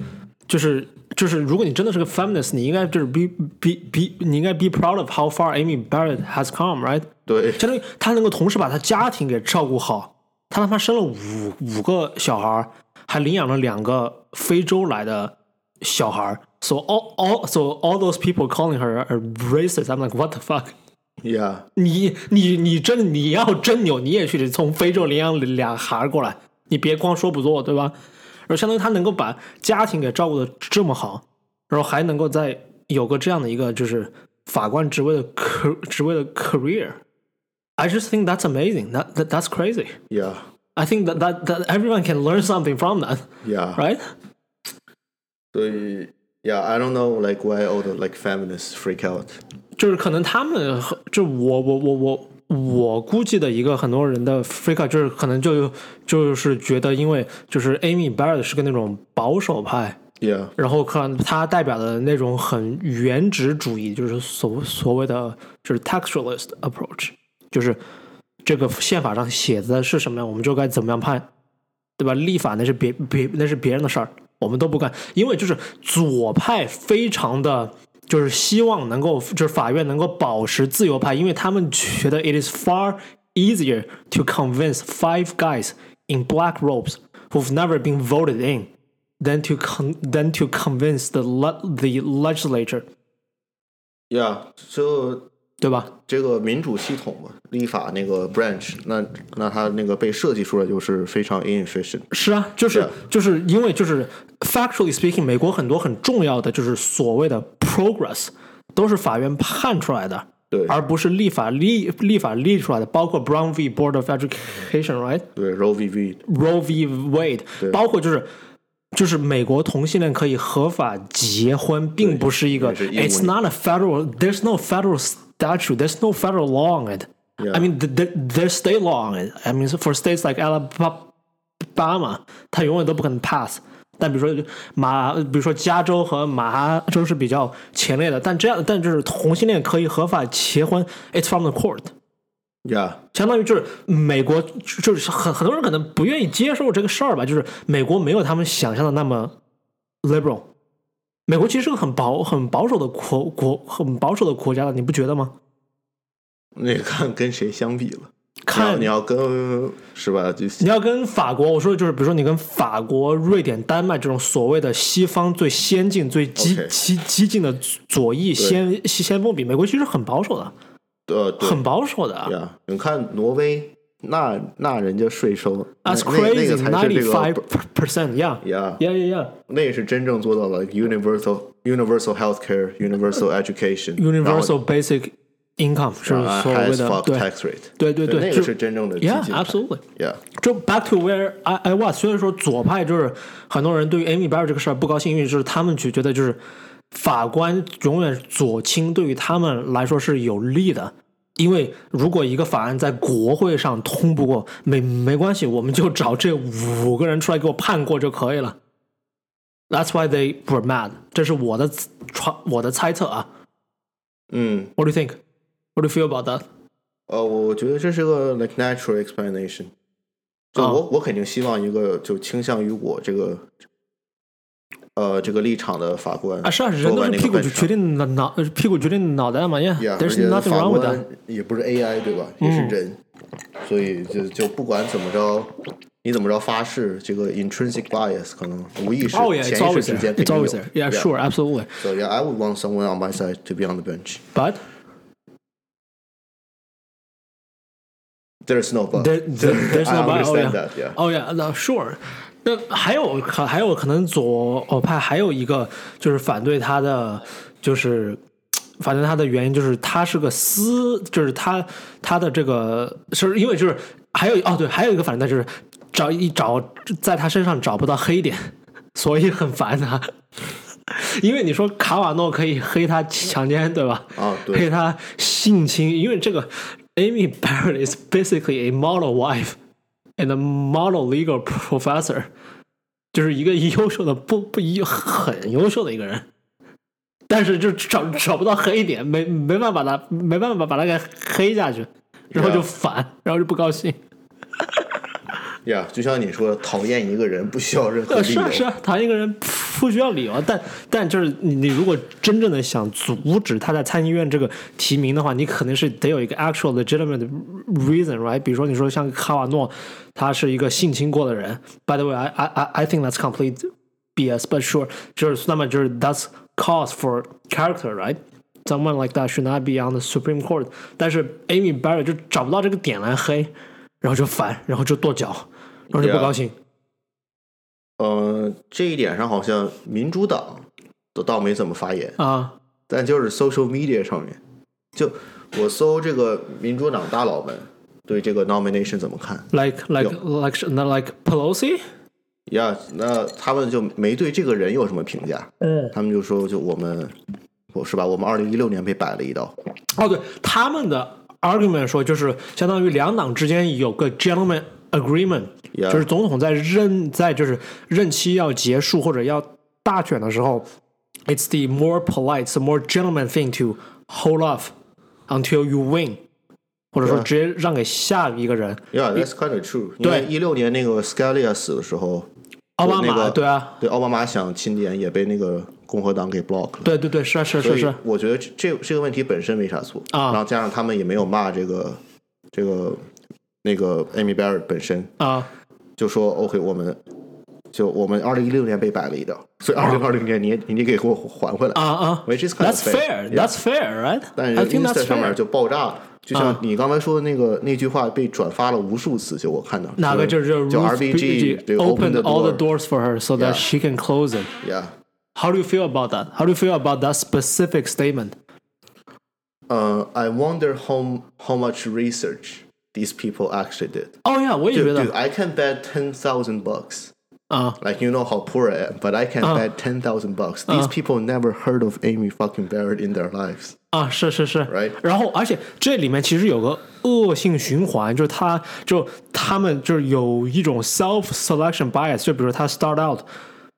Speaker 1: 就是就是，如果你真的是个 feminist，你应该就是 be be be，你应该 be proud of how far Amy Barrett has come，right？
Speaker 2: 对，
Speaker 1: 相当于她能够同时把她家庭给照顾好，她他妈生了五五个小孩儿，还领养了两个非洲来的小孩儿。So all all so all those people calling her a racist, I'm like what the fuck？
Speaker 2: yeah，
Speaker 1: 你你你真你要真牛，你也去得从非洲领养俩孩儿过来，你别光说不做，对吧？然后相当于他能够把家庭给照顾的这么好，然后还能够在有个这样的一个就是法官职位的 car 职位的 career。I just think that's amazing. That, that that's crazy.
Speaker 2: yeah
Speaker 1: I think that, that that everyone can learn something from that,
Speaker 2: yeah，
Speaker 1: right?
Speaker 2: 所以 yeah，I don't know like why all the like feminists freak out。
Speaker 1: 就是可能他们和就我我我我我估计的一个很多人的 freak out 就是可能就就是觉得，因为就是 Amy Barrett 是个那种保守派，
Speaker 2: Yeah，
Speaker 1: 然后可能他代表的那种很原值主义，就是所所谓的就是 textualist approach，就是这个宪法上写的是什么样，我们就该怎么样判，对吧？立法那是别别那是别人的事儿，我们都不干，因为就是左派非常的。就是希望能够，就是法院能够保持自由派，因为他们觉得 it is far easier to convince five guys in black robes who've never been voted in than to con than to convince the le the legislature，
Speaker 2: yeah，就
Speaker 1: 对吧？
Speaker 2: 这个民主系统嘛，立法那个 branch，那那它那个被设计出来就是非常 inefficient。
Speaker 1: 是啊，就是、
Speaker 2: Yeah.
Speaker 1: 就是因为就是 factually speaking，美国很多很重要的就是所谓的 progress 都是法院判出来的，
Speaker 2: 对
Speaker 1: 而不是立法立立法立出来的，包括 Brown v. Board of Education，right？
Speaker 2: 对，Roe v. v.
Speaker 1: Roe v. Wade，包括就是就是美国同性恋可以合法结婚，并不是一个
Speaker 2: 对也是
Speaker 1: It's
Speaker 2: 英
Speaker 1: not a federal. There's no federal statute. There's no federal law on it. I mean, th- th- there's state law on it. I mean, so for states like Alabama，它永远都不可能 pass。但比如说马，比如说加州和马州是比较前列的，但这样，但就是同性恋可以合法结婚，it's from the court。
Speaker 2: yeah，
Speaker 1: 相当于就是美国，就是很很多人可能不愿意接受这个事儿吧，就是美国没有他们想象的那么 liberal。美国其实是个很保很保守的国国很保守的国家了，你不觉得吗？
Speaker 2: 那看跟谁相比了。你要
Speaker 1: 看
Speaker 2: 你要跟是吧？就
Speaker 1: 你要跟法国，我说的就是比如说你跟法国、瑞典、丹麦这种所谓的西方最先进、最激
Speaker 2: OK
Speaker 1: 激激进的左翼先先锋比，美国其实很保守的，
Speaker 2: 呃对
Speaker 1: 很保守的。
Speaker 2: 呀，你看挪威，那那人家税收那
Speaker 1: That's
Speaker 2: 那那
Speaker 1: crazy,
Speaker 2: 个才是这
Speaker 1: ninety
Speaker 2: 个
Speaker 1: five percent, yeah,
Speaker 2: yeah
Speaker 1: yeah, yeah, yeah.
Speaker 2: 那是真正做到了 universal universal healthcare, universal education, 然后
Speaker 1: universal basic income 是
Speaker 2: 啊
Speaker 1: 所谓
Speaker 2: highest
Speaker 1: 的
Speaker 2: fuck
Speaker 1: 对
Speaker 2: tax rate，
Speaker 1: 对对对，
Speaker 2: 那
Speaker 1: 就
Speaker 2: 个是真正的激进
Speaker 1: yeah
Speaker 2: 派
Speaker 1: absolutely。
Speaker 2: yeah
Speaker 1: 就 back to where I I was，虽然说左派就是很多人对于 Amy Barrett 这个事儿不高兴，因为就是他们就觉得就是法官永远左倾对于他们来说是有利的，因为如果一个法案在国会上通不过，没没关系，我们就找这五个人出来给我判过就可以了。That's why they were mad，这是我的揣我的猜测啊。
Speaker 2: 嗯
Speaker 1: What do you think? What do you feel about that?
Speaker 2: 呃，我觉得这是个 like natural explanation。就
Speaker 1: 啊
Speaker 2: 我、我肯定希望一个就倾向于我这个呃这个立场的法官
Speaker 1: 啊，是啊，人
Speaker 2: 坐
Speaker 1: 都
Speaker 2: 在
Speaker 1: 是
Speaker 2: 那个
Speaker 1: 屁股
Speaker 2: 笨
Speaker 1: 就
Speaker 2: 上
Speaker 1: 决定脑脑，呃屁股决定脑袋嘛
Speaker 2: Yeah，而
Speaker 1: ，Yeah，there's
Speaker 2: 且
Speaker 1: nothing
Speaker 2: 法
Speaker 1: wrong with that
Speaker 2: 官。也不是 AI 对吧？也是人，所以就就不管怎么着，你怎么着发誓，这个 intrinsic bias 可能无意识、
Speaker 1: Oh yeah, it's
Speaker 2: 潜意
Speaker 1: always
Speaker 2: 识
Speaker 1: there.
Speaker 2: 之间肯
Speaker 1: It's
Speaker 2: 定有。
Speaker 1: always there. Yeah, sure, absolutely.
Speaker 2: So yeah, I would want someone on my side to be on the bench.
Speaker 1: But
Speaker 2: There's no but.
Speaker 1: there, there- there's no
Speaker 2: I
Speaker 1: but. Oh
Speaker 2: understand
Speaker 1: yeah.
Speaker 2: that. Yeah.
Speaker 1: Oh yeah, no, sure. 那还有可还有可能左哦派还有一个就是反对他的，就是反对他的原因就是他是个私，就是他他的这个是因为就是还有哦对，还有一个反对就是找一找在他身上找不到黑点，所以很烦他。 因为你说卡瓦诺可以黑他强奸，对吧？
Speaker 2: 啊对
Speaker 1: 黑他性侵，因为这个 Amy Barrett is basically a model wife and a model legal professor，就是一个优秀的不不一很优秀的一个人，但是就找找不到黑点，没没办法把他没办法把他给黑下去，然后就
Speaker 2: Yeah.
Speaker 1: 烦，然后就不高兴。
Speaker 2: 呀就像你说，讨厌一个人不需要任何
Speaker 1: 呃，
Speaker 2: 理
Speaker 1: 是
Speaker 2: 由
Speaker 1: 啊，是啊，谈一个人不需要理由，但但就是你，你如果真正的想阻止他在参议院这个提名的话，你肯定是得有一个 actual legitimate reason，right？比如说你说像卡瓦诺，他是一个性侵过的人，by the way，I I I- I think that's complete BS，but sure，就是那么就是 that's cause for character，right？Someone like that should not be on the Supreme Court。但是 Amy Barrett 就找不到这个点来黑，然后就烦，然后就跺脚，然后就不
Speaker 2: Yeah
Speaker 1: 高兴。
Speaker 2: 呃，这一点上好像民主党都倒没怎么发言，
Speaker 1: 啊、
Speaker 2: 但就是 social media 上面，就我搜这个民主党大佬们对这个 nomination 怎么看
Speaker 1: like like
Speaker 2: 有
Speaker 1: like not like Pelosi，
Speaker 2: 呀那他们就没对这个人有什么评价，
Speaker 1: 嗯，
Speaker 2: 他们就说就我们，我是吧？我们二零一六年被摆了一道，
Speaker 1: 哦对，他们的 argument 说就是相当于两党之间有个 gentleman agreement，、
Speaker 2: Yeah
Speaker 1: 就是总统在任在就是任期要结束或者要大选的时候，it's the more polite, the more gentleman thing to hold off until you win，或者说
Speaker 2: Yeah
Speaker 1: 直接让给下一个人。
Speaker 2: 呀、yeah,，That's kind of true。
Speaker 1: 对
Speaker 2: 一六年那个 Scalia 死的时候，
Speaker 1: 奥巴马、
Speaker 2: 那个
Speaker 1: 对啊，
Speaker 2: 对奥巴马想钦点也被那个共和党给 block 了。
Speaker 1: 对对对，是啊是啊是啊是
Speaker 2: 所以
Speaker 1: 啊，
Speaker 2: 我觉得这这这个问题本身没啥错
Speaker 1: 啊
Speaker 2: 然后加上他们也没有骂这个这个那个 Amy Barrett 本身，
Speaker 1: 啊
Speaker 2: 就说 OK，我们就我们二零一六年被摆了一道，所以二零二零年你也你得给我还回来
Speaker 1: 啊啊
Speaker 2: Which is kind of
Speaker 1: ，That's
Speaker 2: fair,
Speaker 1: fair,
Speaker 2: yeah.
Speaker 1: that's fair, right?
Speaker 2: 但是
Speaker 1: I think
Speaker 2: Insta
Speaker 1: that's
Speaker 2: 上
Speaker 1: fair. 啊
Speaker 2: 面就爆炸了，就像你刚才说的那个那句话被转发了无数次，就我看到
Speaker 1: 哪个就是
Speaker 2: 就 RBG 这
Speaker 1: RBG
Speaker 2: 个
Speaker 1: opened all the
Speaker 2: door，
Speaker 1: doors for her so that
Speaker 2: Yeah.
Speaker 1: she can close it.
Speaker 2: yeah，
Speaker 1: How do you feel about that? How do you feel about that specific statement?
Speaker 2: 呃，I wonder how how much research these people actually did。
Speaker 1: 哦呀，我也觉
Speaker 2: Dude,
Speaker 1: 得
Speaker 2: dude, I can bet ten thousand bucks.
Speaker 1: 啊
Speaker 2: Like you know how poor I am, but I can bet ten thousand bucks. These people never heard of Amy fucking Barrett in their lives,
Speaker 1: 啊，是是是。
Speaker 2: right?
Speaker 1: 然后，而且这里面其实有个恶性循环，就是他就他们就是有一种 self selection bias，就比如他 start out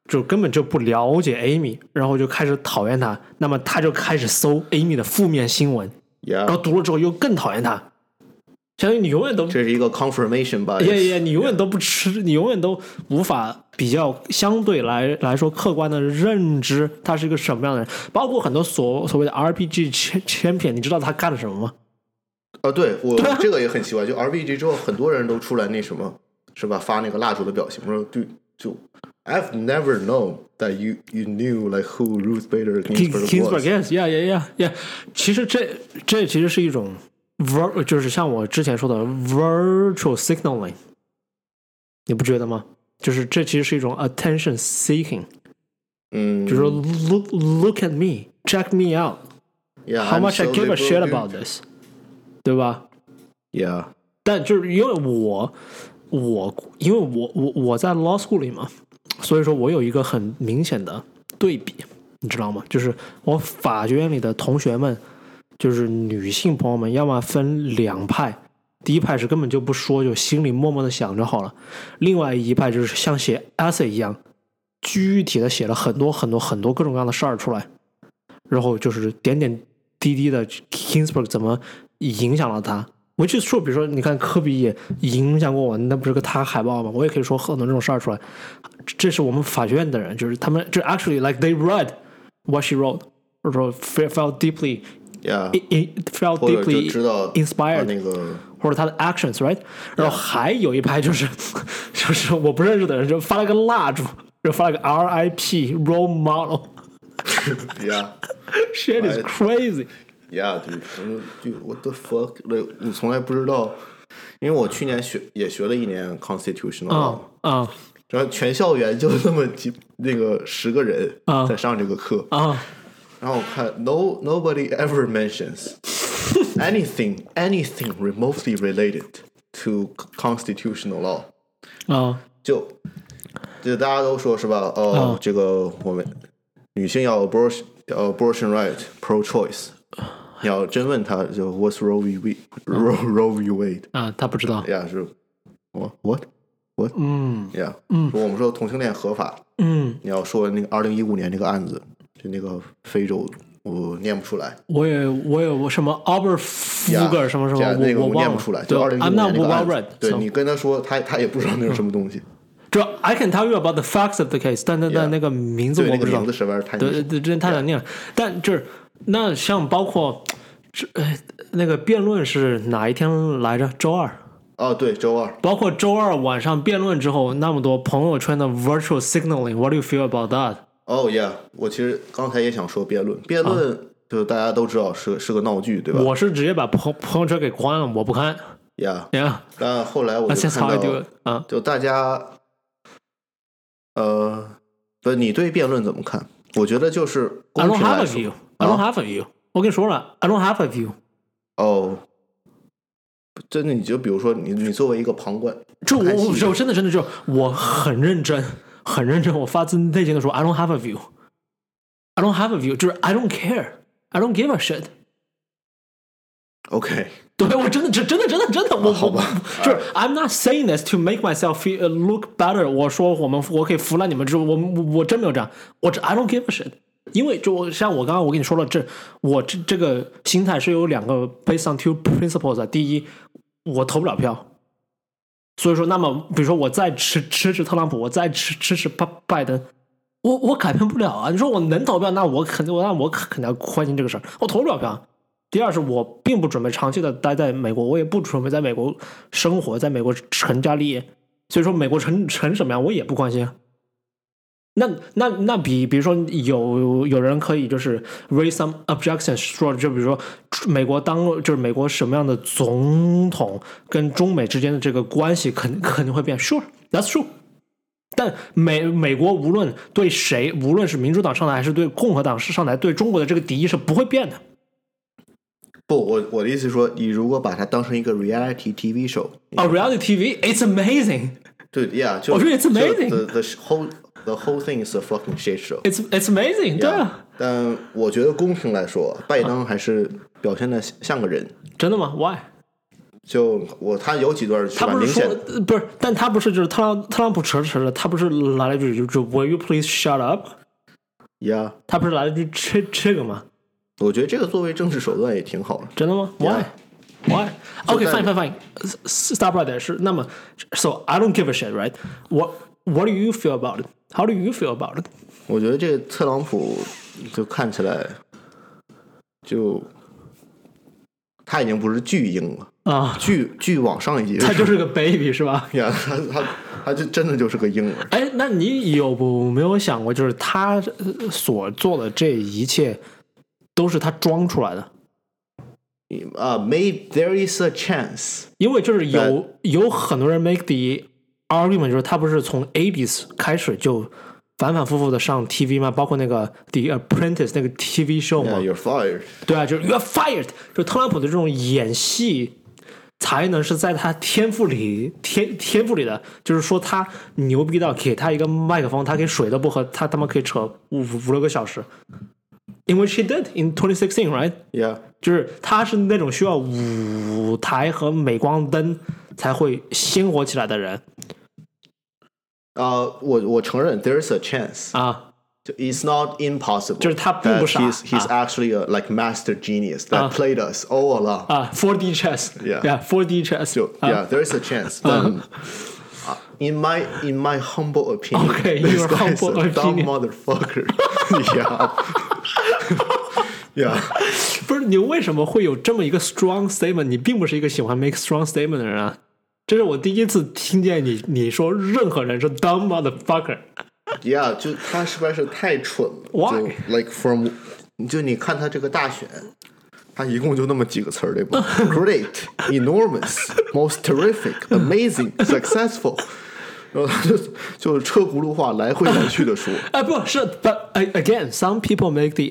Speaker 1: 就根本就不了解 Amy，然后就开始讨厌她，那么他就开始搜 Amy 的负面新闻，然
Speaker 2: Yeah，
Speaker 1: 后读了之后又更讨厌她，相当于你永远都
Speaker 2: 这是一个 confirmation
Speaker 1: 耶
Speaker 2: bias。
Speaker 1: 耶，你永远都不吃，你永远都无法比较相对来来说客观的认知他是一个什么样的人。包括很多所所谓的 RPG 千千片，你知道他干了什么吗？
Speaker 2: 啊，对我这个也很奇怪，就 RBG 之后，很多人都出来那什么，是吧？发那个蜡烛的表情，我说对，就 I've never known that you you knew like who Ruth Bader
Speaker 1: King-
Speaker 2: Ginsburg
Speaker 1: Kingsburg
Speaker 2: was。
Speaker 1: yes yeah yeah yeah yeah，其实这这其实是一种 vir 就是像我之前说的 virtual signaling，你不觉得吗？就是这其实是一种 attention seeking，
Speaker 2: 嗯，
Speaker 1: 就是说
Speaker 2: Mm,
Speaker 1: look look at me，check me out，how
Speaker 2: yeah, I'm
Speaker 1: much I
Speaker 2: so
Speaker 1: give a shit
Speaker 2: liberal,
Speaker 1: about
Speaker 2: dude.
Speaker 1: this，对吧？
Speaker 2: Yeah，
Speaker 1: 但就是因为我我因为我我我在 law school 里嘛，所以说我有一个很明显的对比，你知道吗？就是我法学院里的同学们，就是女性朋友们，要么分两派。第一派是根本就不说，就心里默默的想着好了；另外一派就是像写 essay 一样，具体的写了很多很多很多各种各样的事儿出来，然后就是点点滴滴的 Kingsburg 怎么影响了他。我去说，比如说，你看科比也影响过我，那不是个他海报吗？我也可以说很多这种事儿出来。这是我们法学院的人，就是他们，就 actually like they read what she wrote，或者说 felt felt deeply
Speaker 2: yeah，
Speaker 1: i- felt
Speaker 2: 或者就
Speaker 1: deeply
Speaker 2: 知道
Speaker 1: inspired
Speaker 2: 啊那个
Speaker 1: 或者他的 actions，right？然后还有一派就是 就是我不认识的人，就发了个蜡烛，就发了个 RIP role model。
Speaker 2: yeah。
Speaker 1: Shit is crazy。
Speaker 2: Yeah, dude, I'm- dude, what the fuck? Like, 我从来不知道，因为我去年学也学了一年 constitutional，、law，
Speaker 1: 啊啊
Speaker 2: 然后全校园就那么几那个十个人
Speaker 1: 啊
Speaker 2: 在上这个课，
Speaker 1: 啊！
Speaker 2: 然后我看 no nobody ever mentions anything anything remotely related to constitutional law，
Speaker 1: 啊
Speaker 2: 就就大家都说是吧？哦，
Speaker 1: 嗯
Speaker 2: 这个我们女性要 abortion 要 abortion right pro choice。你要真问他，就 What's Roe v. Wade Roe
Speaker 1: 嗯
Speaker 2: Roe v. Wade
Speaker 1: 啊，他不知道。
Speaker 2: 呀、是我 What What
Speaker 1: 嗯
Speaker 2: 呀、嗯，说我们说同性恋合法，
Speaker 1: 嗯
Speaker 2: 你要说那个二零一五年那个案子，就那个非洲我念不出来。
Speaker 1: 我也我也我什么 Albert Fugger 什么什么，
Speaker 2: 呀啊那个
Speaker 1: 我我
Speaker 2: 念
Speaker 1: 忘
Speaker 2: 不
Speaker 1: 了。
Speaker 2: 出来，
Speaker 1: 对啊
Speaker 2: 就二零一五
Speaker 1: ，I'm
Speaker 2: 年
Speaker 1: not
Speaker 2: 这个
Speaker 1: well
Speaker 2: 案
Speaker 1: read
Speaker 2: 子。对你跟他说，他他也不知道那是什么东西。
Speaker 1: 主要 I can tell you about the facts of the case，但但
Speaker 2: Yeah
Speaker 1: 但那个名字
Speaker 2: 对，
Speaker 1: 我
Speaker 2: 那
Speaker 1: 不
Speaker 2: 个
Speaker 1: 知道
Speaker 2: 名字。实在是太
Speaker 1: 对
Speaker 2: 难
Speaker 1: 对对，真太难念了。但就是那像包括这哎那个辩论是哪一天来着？周二。
Speaker 2: 哦，对，周二
Speaker 1: 包括周二晚上辩论之后，那么多朋友圈的 virtual signaling，what do you feel about that？
Speaker 2: 哦 yeah，我其实刚才也想说辩论，辩论就大家都知道是个是个闹剧，对吧
Speaker 1: 啊我是直接把朋朋友圈给关了，我不看。
Speaker 2: ？Yeah，
Speaker 1: Yeah，
Speaker 2: 但后来我
Speaker 1: that's
Speaker 2: 就
Speaker 1: just how
Speaker 2: 看
Speaker 1: I do
Speaker 2: 到
Speaker 1: it。啊，
Speaker 2: 就大家，呃，不，你对辩论怎么看？我觉得就是公
Speaker 1: I don't
Speaker 2: 平
Speaker 1: have
Speaker 2: 来
Speaker 1: a
Speaker 2: 说，啊
Speaker 1: view. I don't have a view. 我跟你说了，I don't have a view。
Speaker 2: 哦，真的，你就比如说你，你作为一个旁观，
Speaker 1: 就我
Speaker 2: 看戏
Speaker 1: 我我真的真的就我很认真，很认真，我发自内心的说，I don't have a view。I don't have a view，就是 I don't care。I don't give a shit。
Speaker 2: OK，
Speaker 1: 对，我真的，真真的，真的，真的，我
Speaker 2: 啊好
Speaker 1: 我
Speaker 2: 吧
Speaker 1: 就是 I'm not saying this to make myself feel uh, look better。我说我们我可以服了你们，就是我我我真没有这样，我这 I don't give a shit。因为就我像我刚刚我跟你说了，这我这这个心态是有两个 based on two principles 的。第一，我投不了票，所以说，那么比如说我再支支持特朗普，我再支支持拜拜登，我我改变不了啊。你说我能投票，那我肯定我那我肯肯定要关心这个事儿，我投不了票啊。第二是我并不准备长期的待在美国，我也不准备在美国生活，在美国成家立业，所以说美国成成什么样我也不关心啊。那那那比比如说有有人可以就是 raise some objection，说就比如说美国当就是美国什么样的总统跟中美之间的这个关系肯肯定会变，sure，that's true。但美美国无论对谁，无论是民主党上台还是对共和党上台，对中国的这个敌意是不会变的。
Speaker 2: 不，我我的意思是说，你如果把它当成一个 reality TV show，
Speaker 1: 啊、r e a l i t y TV，it's amazing，it's
Speaker 2: 对，Yeah，就
Speaker 1: 我觉得 it's
Speaker 2: 就
Speaker 1: amazing
Speaker 2: The the whole the whole thing is a fucking shit show。
Speaker 1: it's amazing，对啊，
Speaker 2: 但我觉得公平来说，拜登还是表现的像个人。
Speaker 1: 真的吗？Why？
Speaker 2: 就我他有几段是
Speaker 1: 他
Speaker 2: 吧，
Speaker 1: 不
Speaker 2: 明
Speaker 1: 是说
Speaker 2: 显
Speaker 1: 呃不是，但他不是就是特朗特朗普扯着扯着，他不是来了一句就是 Will you please shut up？
Speaker 2: ，Yeah，
Speaker 1: 他不是来了一句这这个吗？
Speaker 2: 我觉得这个作为政治手段也挺好的。
Speaker 1: 真的吗
Speaker 2: Yeah.
Speaker 1: ？Why？Why？OK，fine、
Speaker 2: 就在
Speaker 1: fine fine fine. S- Stop right there. 是那么，so I don't give a shit, right? What What do you feel about it? How do you feel about it?
Speaker 2: 我觉得这个特朗普就看起来就他已经不是巨婴了，
Speaker 1: 啊、
Speaker 2: 巨巨往上一级，
Speaker 1: 他就是个 baby 是吧？
Speaker 2: 呀，他他他就真的就是个婴儿。
Speaker 1: 哎，那你有不没有想过，就是他呃所做的这一切都是他装出来的？
Speaker 2: 啊、m a y b e there is a chance。
Speaker 1: 因为就是有有很多人 make the argument，就是他不是从 80s 开始就反反复复的上 TV 吗？包括那个 The Apprentice 那个 TV show 嘛
Speaker 2: Yeah, you're fired。
Speaker 1: 对啊，就是 You're fired，就特朗普的这种演戏才能是在他天赋里天天赋里的，就是说他牛逼到给他一个麦克风，他可以水都不喝，他他妈可以扯五五六个小时。In which he did in 2016, right?
Speaker 2: Yeah，
Speaker 1: 就是他是那种需要舞台和镁光灯才会鲜活起来的人
Speaker 2: 啊、我我承认 there is a chance。
Speaker 1: 啊。
Speaker 2: 就 It's not impossible。
Speaker 1: 就是他并不傻
Speaker 2: He's he's actually a like master genius that
Speaker 1: 啊
Speaker 2: played us all along。
Speaker 1: 啊，4D chess，
Speaker 2: Yeah
Speaker 1: 4 d chess，
Speaker 2: 就
Speaker 1: 啊 Uh-huh.
Speaker 2: yeah, there is a chance. 但啊 in my in my humble opinion,
Speaker 1: Okay,
Speaker 2: this
Speaker 1: your
Speaker 2: guy is
Speaker 1: humble
Speaker 2: a dumb
Speaker 1: opinion.
Speaker 2: motherfucker. yeah. Yeah.
Speaker 1: 不是你为什么会有这么一个 strong statement？你并不是一个喜欢 make strong statement 的人啊。这是我第一次听见你你说任何人是 dumb motherfucker。
Speaker 2: Yeah，就他实在是太蠢了。
Speaker 1: Why？
Speaker 2: 就 like from，就你看他这个大选，他一共就那么几个词儿，对吧？Great, enormous, most terrific, amazing, successful，然后他就就车轱辘话来回来去 的说。
Speaker 1: 哎，不是，but again，some people make the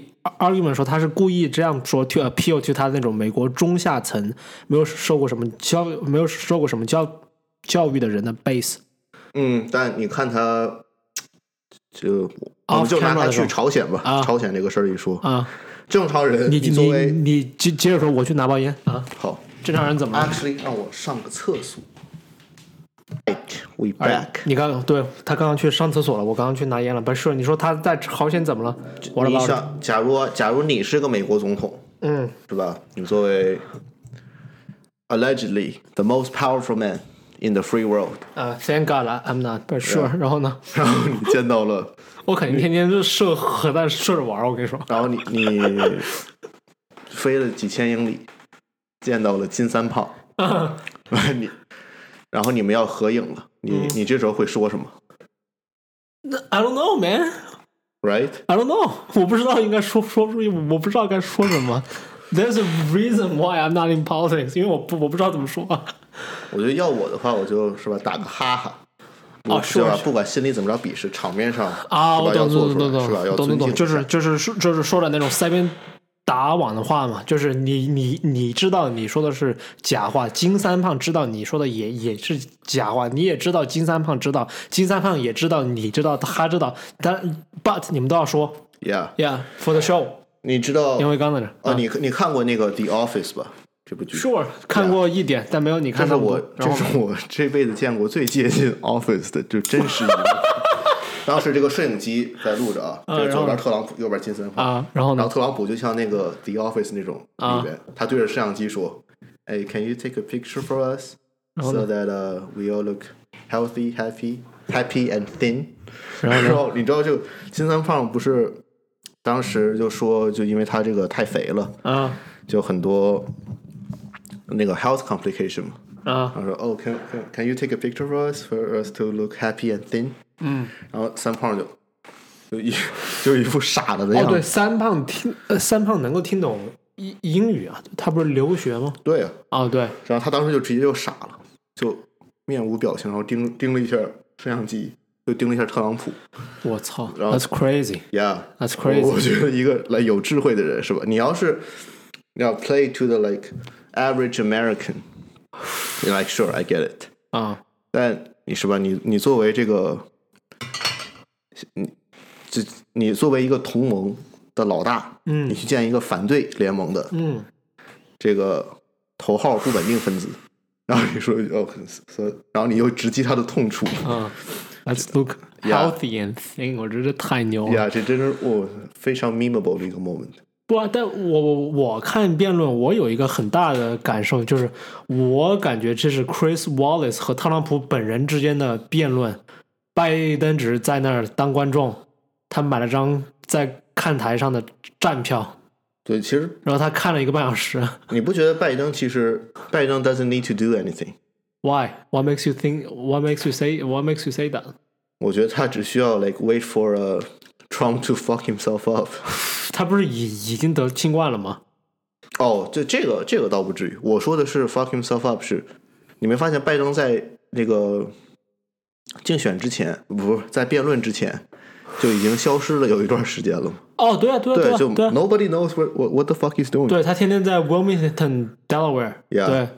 Speaker 1: argument 说他是故意这样说呃 to appeal to 他那种美国中下层没有受过什么教没有受过什么教教育的人的 base。
Speaker 2: 嗯，但你看他，就我们
Speaker 1: Off
Speaker 2: 就拿
Speaker 1: camera
Speaker 2: 他
Speaker 1: 啊的时
Speaker 2: 去
Speaker 1: 候
Speaker 2: 朝鲜吧，
Speaker 1: 啊
Speaker 2: 朝鲜这个事儿一说
Speaker 1: 啊，
Speaker 2: 正常人
Speaker 1: 你
Speaker 2: 作为
Speaker 1: 你你接接着说，我去拿包烟啊。
Speaker 2: 好
Speaker 1: 正常人怎么了？
Speaker 2: ，actually 让我上个厕所。Right. we
Speaker 1: 而
Speaker 2: back。
Speaker 1: 你刚对他刚刚去上厕所了，我刚刚去拿烟了。不是，你说他在朝鲜怎么了？我
Speaker 2: 你
Speaker 1: 老
Speaker 2: 想，假如假如你是个美国总统，
Speaker 1: 嗯，
Speaker 2: 是吧？你作为 allegedly the most powerful man in the free world，
Speaker 1: 呃，Thank God I'm not but sure。然后呢，
Speaker 2: 然后你见到了，
Speaker 1: 我肯定天天就射核弹射着玩儿。我跟你 说，
Speaker 2: 然后你你飞了几千英里，见到了金三胖， 你，然后你们要合影了，
Speaker 1: 嗯
Speaker 2: 你你这时候会说什么
Speaker 1: I don't know, man.
Speaker 2: ？Right？
Speaker 1: I don't know，我不知道应该说说不出，我不知道该说什么。There's a reason why I'm not in politics，因为我不我不知道怎么说。
Speaker 2: 我觉得要我的话，我就是吧打个哈哈。
Speaker 1: 哦
Speaker 2: 我
Speaker 1: 是
Speaker 2: 是吧？
Speaker 1: 是
Speaker 2: 不管心里怎么着鄙视，场面上
Speaker 1: 啊，
Speaker 2: 是吧
Speaker 1: 我
Speaker 2: 要
Speaker 1: 懂
Speaker 2: 做
Speaker 1: 懂
Speaker 2: 出
Speaker 1: 懂
Speaker 2: 来
Speaker 1: 懂
Speaker 2: 是吧？
Speaker 1: 懂
Speaker 2: 要
Speaker 1: 懂
Speaker 2: 尊敬
Speaker 1: 懂，
Speaker 2: 一下，
Speaker 1: 就是就是说就是说的那种塞边打网的话嘛，就是你你你知道你说的是假话，金三胖知道你说的也也是假话，你也知道金三胖知道，金三胖也知道你知道他知道，但 but 你们都要说
Speaker 2: yeah。
Speaker 1: yeah for the show，
Speaker 2: 你知道
Speaker 1: 因为刚才那
Speaker 2: 啊，你你看过那个《The Office》吧？这部剧，
Speaker 1: sure 看过一点，但没有你
Speaker 2: 这
Speaker 1: 看
Speaker 2: 是
Speaker 1: 到过
Speaker 2: 我，
Speaker 1: 然
Speaker 2: 这
Speaker 1: 后
Speaker 2: 是我这辈子见过最接近 Office 的，就真实一 幕。当时这个摄影机在录着啊，
Speaker 1: 嗯
Speaker 2: 这个
Speaker 1: 然后
Speaker 2: 左边特朗普，右边金森胖。
Speaker 1: 啊，然后
Speaker 2: 然
Speaker 1: 呢
Speaker 2: 后？特朗普就像那个《The Office》那种
Speaker 1: 啊
Speaker 2: 里边，他对着摄像机说：“哎，Can you take a picture for us
Speaker 1: 然后呢？
Speaker 2: so that、uh, we all look healthy, happy, happy and thin？”
Speaker 1: 然后
Speaker 2: 然
Speaker 1: 呢？
Speaker 2: 后你知道就金三胖不是当时就说，就因为他这个太肥了，
Speaker 1: 啊
Speaker 2: 就很多那个 health complication 嘛。
Speaker 1: 啊
Speaker 2: 然后说哦、c a n can can you take a picture for us for us to look happy and thin？
Speaker 1: 嗯，
Speaker 2: 然后三胖就就一 就一副傻了的
Speaker 1: 哦
Speaker 2: 样
Speaker 1: 对，
Speaker 2: 子。
Speaker 1: 三胖听呃三胖能够听懂英英语啊，他不是留学吗？
Speaker 2: 对啊，
Speaker 1: 哦对，
Speaker 2: 然后他当时就直接就傻了，就面无表情，然后盯盯了一下摄像机，又盯了一下特朗普。
Speaker 1: 我操
Speaker 2: 然后
Speaker 1: ，That's crazy。
Speaker 2: Yeah，
Speaker 1: That's
Speaker 2: 我我
Speaker 1: crazy。
Speaker 2: 觉得一个来有智慧的人是吧？你要是你要 play to the like average American，you're like sure I get it，
Speaker 1: 啊，
Speaker 2: 但你是吧？你你作为这个，你这你作为一个同盟的老大，
Speaker 1: 嗯
Speaker 2: 你去建一个反对联盟的
Speaker 1: 嗯，
Speaker 2: 这个头号不稳定分子， 然后你说哦，所以然后你又直击他的痛处，
Speaker 1: 啊，Let's look
Speaker 2: Yeah
Speaker 1: healthy and thin。我觉得太牛了。
Speaker 2: 呀，这真是我、非常 memeable 的一个 moment。
Speaker 1: 不啊，但我我我看辩论，我有一个很大的感受，就是我感觉这是 Chris Wallace 和特朗普本人之间的辩论，拜登只是在那儿当观众，他买了张在看台上的站票，
Speaker 2: 对，其实
Speaker 1: 然后他看了一个半小时。
Speaker 2: 你不觉得拜登其实拜登 doesn't need to do anything？
Speaker 1: Why? What makes you think? What makes you say? What makes you say that?
Speaker 2: 我觉得他只需要 like wait for a Trump to fuck himself up。
Speaker 1: 他不是已已经得新冠了吗？
Speaker 2: 哦，这这个这个倒不至于。我说的是 fuck himself up 是，你没发现拜登在那个竞选之前，不是在辩论之前就已经消失了有一段时间了吗？
Speaker 1: 哦，对啊，对啊，
Speaker 2: 对，
Speaker 1: 啊，
Speaker 2: 就
Speaker 1: 对啊，
Speaker 2: nobody knows what what what the fuck he's doing。
Speaker 1: 对他天天在 Wilmington, Delaware，
Speaker 2: 嗯 Yeah
Speaker 1: 对，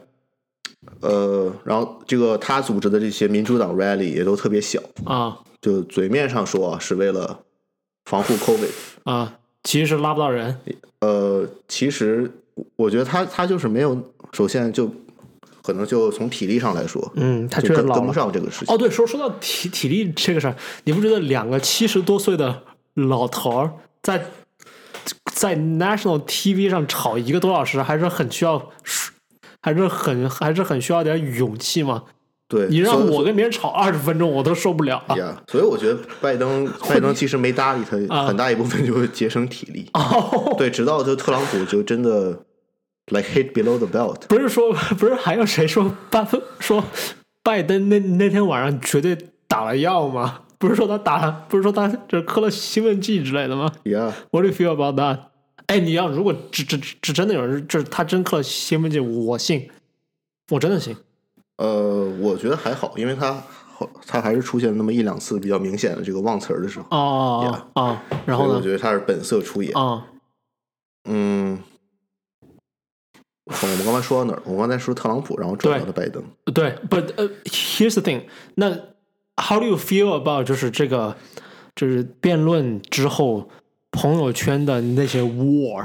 Speaker 2: 呃，然后这个他组织的这些民主党 rally 也都特别小，
Speaker 1: 啊
Speaker 2: 就嘴面上说啊是为了防护 covid，
Speaker 1: 啊，其实是拉不到人，
Speaker 2: 呃，其实我觉得他他就是没有，首先就可能就从体力上来说，
Speaker 1: 嗯，他
Speaker 2: 就
Speaker 1: 确实
Speaker 2: 跟
Speaker 1: 老
Speaker 2: 跟不
Speaker 1: 了。
Speaker 2: 上这个事情。
Speaker 1: 哦，对，说说到体体力这个事儿，你不觉得两个七十多岁的老头儿在在 National TV 上吵一个多小时，还是很需要，还是很还是很需要点勇气吗？
Speaker 2: 对，
Speaker 1: 你让
Speaker 2: 所以
Speaker 1: 我跟别人吵二十分钟，我都受不了了。
Speaker 2: 呀，所以我觉得拜 登拜登其实没搭理他，很大一部分就是节省体力。
Speaker 1: 啊哦，
Speaker 2: 对，直到就特朗普就真的 like hit below the belt，
Speaker 1: 不是说 不是还有谁说拜说拜登那那天晚上绝对打了药吗？不是说他打了，不是说他这喝了兴奋剂之类的吗
Speaker 2: yeah，
Speaker 1: ？What do you feel about that？哎，你要如果只只只真的有人，就是他真喝了兴奋剂，我信，我真的信。
Speaker 2: 呃，我觉得还好，因为他他还是出现那么一两次比较明显的这个忘词儿的时候，
Speaker 1: 哦哦哦，然
Speaker 2: 所以
Speaker 1: 后
Speaker 2: 我
Speaker 1: 呢？
Speaker 2: 觉得他是本色出演。
Speaker 1: 啊、
Speaker 2: 嗯，我们刚才说到哪儿？我们刚才说特朗普，然后转到了拜登。
Speaker 1: 对，But 呃、h e r e s the thing，那 How do you feel about 就是这个就是辩论之后朋友圈的那些 war，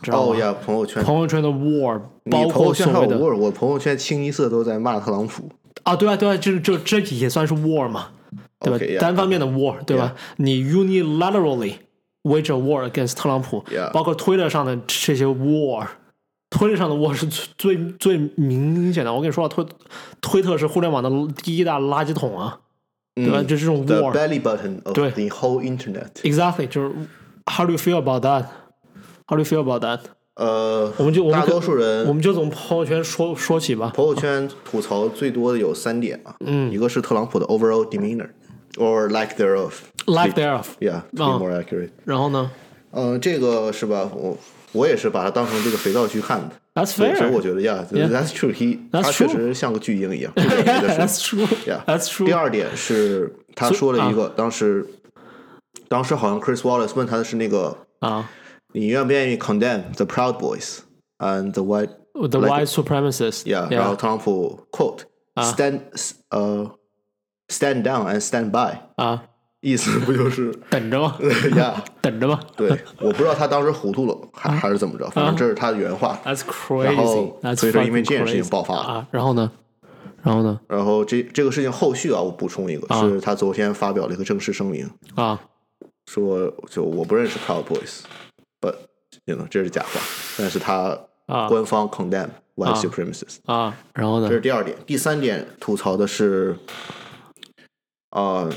Speaker 1: 知道吗
Speaker 2: 哦呀，朋友圈，
Speaker 1: 朋友圈的 war，
Speaker 2: 你
Speaker 1: 包
Speaker 2: 朋友
Speaker 1: 括
Speaker 2: 圈还
Speaker 1: 所谓
Speaker 2: 有
Speaker 1: 的
Speaker 2: 沃尔，我朋友圈清一色都在骂特朗普。
Speaker 1: 啊，对啊，对啊，就就这也算是 war 嘛，对吧
Speaker 2: OK，yeah，
Speaker 1: 单方面的 war，对吧你 unilaterally wage a war against 特朗普
Speaker 2: Yeah
Speaker 1: 包括推特上的这些 war，推特上的 war 是最最明显的。我跟你说啊，推推特是互联网的第一大垃圾桶啊，
Speaker 2: 嗯
Speaker 1: 对吧？就这种
Speaker 2: The
Speaker 1: war，exactly
Speaker 2: belly button of
Speaker 1: 对
Speaker 2: the whole internet。
Speaker 1: 就是 how do you feel about that？How do you feel about that？
Speaker 2: 呃，
Speaker 1: 我们就我们
Speaker 2: 大
Speaker 1: 可
Speaker 2: 多数人
Speaker 1: 我们就从朋友圈说说起吧。
Speaker 2: 嗯朋友圈吐槽最多的有三点啊，嗯，一个是特朗普的 overall demeanor or lack thereof，yeah，to
Speaker 1: Life thereof，
Speaker 2: be
Speaker 1: 啊
Speaker 2: more accurate。
Speaker 1: 然后呢
Speaker 2: 嗯，这个是吧？我我也是把它当成这个肥皂剧看的。
Speaker 1: ？That's
Speaker 2: 所以所以
Speaker 1: fair。
Speaker 2: 我觉得呀
Speaker 1: Yeah.
Speaker 2: ，That's true，he
Speaker 1: That's
Speaker 2: 他确
Speaker 1: true.
Speaker 2: 实像个巨婴一 样，这点没得
Speaker 1: That's
Speaker 2: 说。
Speaker 1: true.
Speaker 2: Yeah.
Speaker 1: That's true. 啊
Speaker 2: 第二点是他说了一个，当时当时好像 Chris Wallace 问他的是那个，
Speaker 1: 啊
Speaker 2: 你愿不愿意 condemn the Proud Boys and the White
Speaker 1: ，the white supremacist.
Speaker 2: Yeah，然后特朗普
Speaker 1: 啊
Speaker 2: quote stand 呃 stand down and stand by，
Speaker 1: 啊，
Speaker 2: 意思不就是
Speaker 1: 等着吧，
Speaker 2: 呀？
Speaker 1: 等着吧。
Speaker 2: 对，我不知道他当时糊涂了还
Speaker 1: 啊
Speaker 2: 还是怎么着，反正这是他的原话。
Speaker 1: That's
Speaker 2: 然
Speaker 1: crazy.
Speaker 2: 后
Speaker 1: That's
Speaker 2: 所以说因为
Speaker 1: fucking
Speaker 2: 这件事情
Speaker 1: crazy.
Speaker 2: 爆发了。
Speaker 1: 啊，然后呢？然后呢？
Speaker 2: 然后这这个事情后续啊，我补充一个，是他昨天发表了一个正式声明，
Speaker 1: 啊
Speaker 2: 说就我不认识 Proud Boys，but you know 这是假话，但是他
Speaker 1: 啊
Speaker 2: 官方 condemn white supremacists，、
Speaker 1: 啊，然后呢
Speaker 2: 这是第二点。第三点吐槽的是，啊、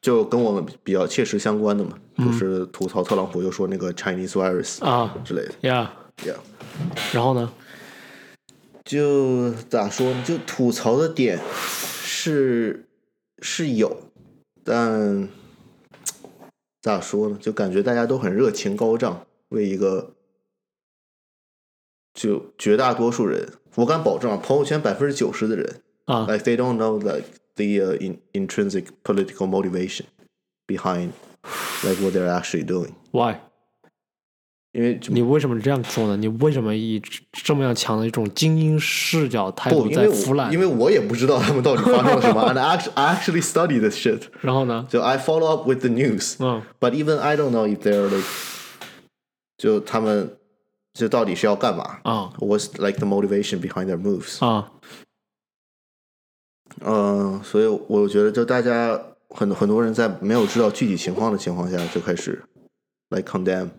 Speaker 2: 就跟我们比较切实相关的嘛，就是吐槽特朗普又说那个 Chinese virus
Speaker 1: 啊
Speaker 2: 之类的
Speaker 1: ？Yeah，
Speaker 2: ，yeah。
Speaker 1: 然后呢？
Speaker 2: 就咋说呢？就吐槽的点是是有，但咋说呢？就感觉大家都很热情高涨，为一个就绝大多数人，我敢保证啊，朋友圈百分之九十的人
Speaker 1: 啊
Speaker 2: ，like they don't know like the、uh, in, intrinsic political motivation behind like what they're actually doing，
Speaker 1: ，Why？
Speaker 2: 因为就
Speaker 1: 你为什么这样说呢？你为什么以这么样强的一种精英视角态
Speaker 2: 不
Speaker 1: 度
Speaker 2: 因
Speaker 1: 在
Speaker 2: 为
Speaker 1: 腐
Speaker 2: 我
Speaker 1: 烂
Speaker 2: 因？为我也不知 道他们到底发生了什么，and I actually I actually study this shit。
Speaker 1: 然后呢？
Speaker 2: So I follow up with the news,
Speaker 1: 嗯
Speaker 2: but even I don't know if they're like，就他们就到底是要干嘛
Speaker 1: 啊
Speaker 2: ？What's like the motivation behind their moves？
Speaker 1: 啊
Speaker 2: 嗯、所以我觉得就大家很很多人在没有知道具体情况的情况下就开始 like condemn，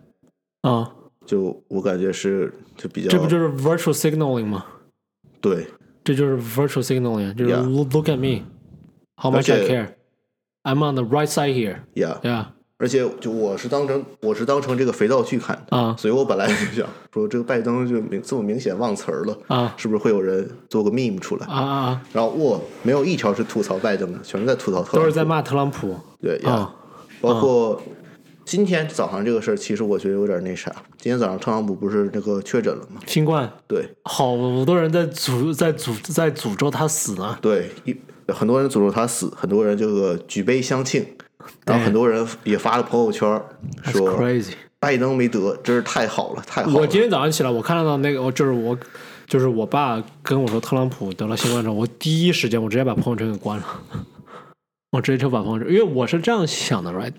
Speaker 1: 啊！
Speaker 2: 就我感觉是就比较
Speaker 1: 这不就是 virtual signaling 吗？
Speaker 2: 对，
Speaker 1: 这就是 virtual signaling，就是
Speaker 2: Yeah. 嗯
Speaker 1: look look at me，how much I
Speaker 2: 而且
Speaker 1: care。I'm on the right side here.
Speaker 2: yeah，
Speaker 1: Yeah.
Speaker 2: 而且就我是当成我是当成这个肥皂剧看的
Speaker 1: 啊
Speaker 2: 所以我本来就想说这个拜登就明这么明显忘词儿了
Speaker 1: 啊
Speaker 2: 是不是会有人做个 meme 出来
Speaker 1: 啊啊啊！
Speaker 2: 然后我没有一条是吐槽拜登的，全是在吐槽特
Speaker 1: 都
Speaker 2: 朗
Speaker 1: 是
Speaker 2: 普。
Speaker 1: 在骂特朗普。
Speaker 2: 对呀、
Speaker 1: 啊
Speaker 2: 包括今天早上这个事儿，其实我觉得有点那啥。今天早上特朗普不是那个确诊了吗？
Speaker 1: 新冠，
Speaker 2: 对
Speaker 1: 好多人在诅在诅在诅咒他死呢。
Speaker 2: 对，一很多人诅咒他死，很多人这个举杯相庆，然后很多人也发了朋友圈儿
Speaker 1: That's
Speaker 2: 说
Speaker 1: crazy。
Speaker 2: 拜登没得，真是太好了，太好
Speaker 1: 我
Speaker 2: 了。
Speaker 1: 今天早上起来，我看到那个，我就是我，就是我爸跟我说特朗普得了新冠之后，我第一时间我直接把朋友圈给关了。 我直接就把朋友圈，因为我是这样想的，right？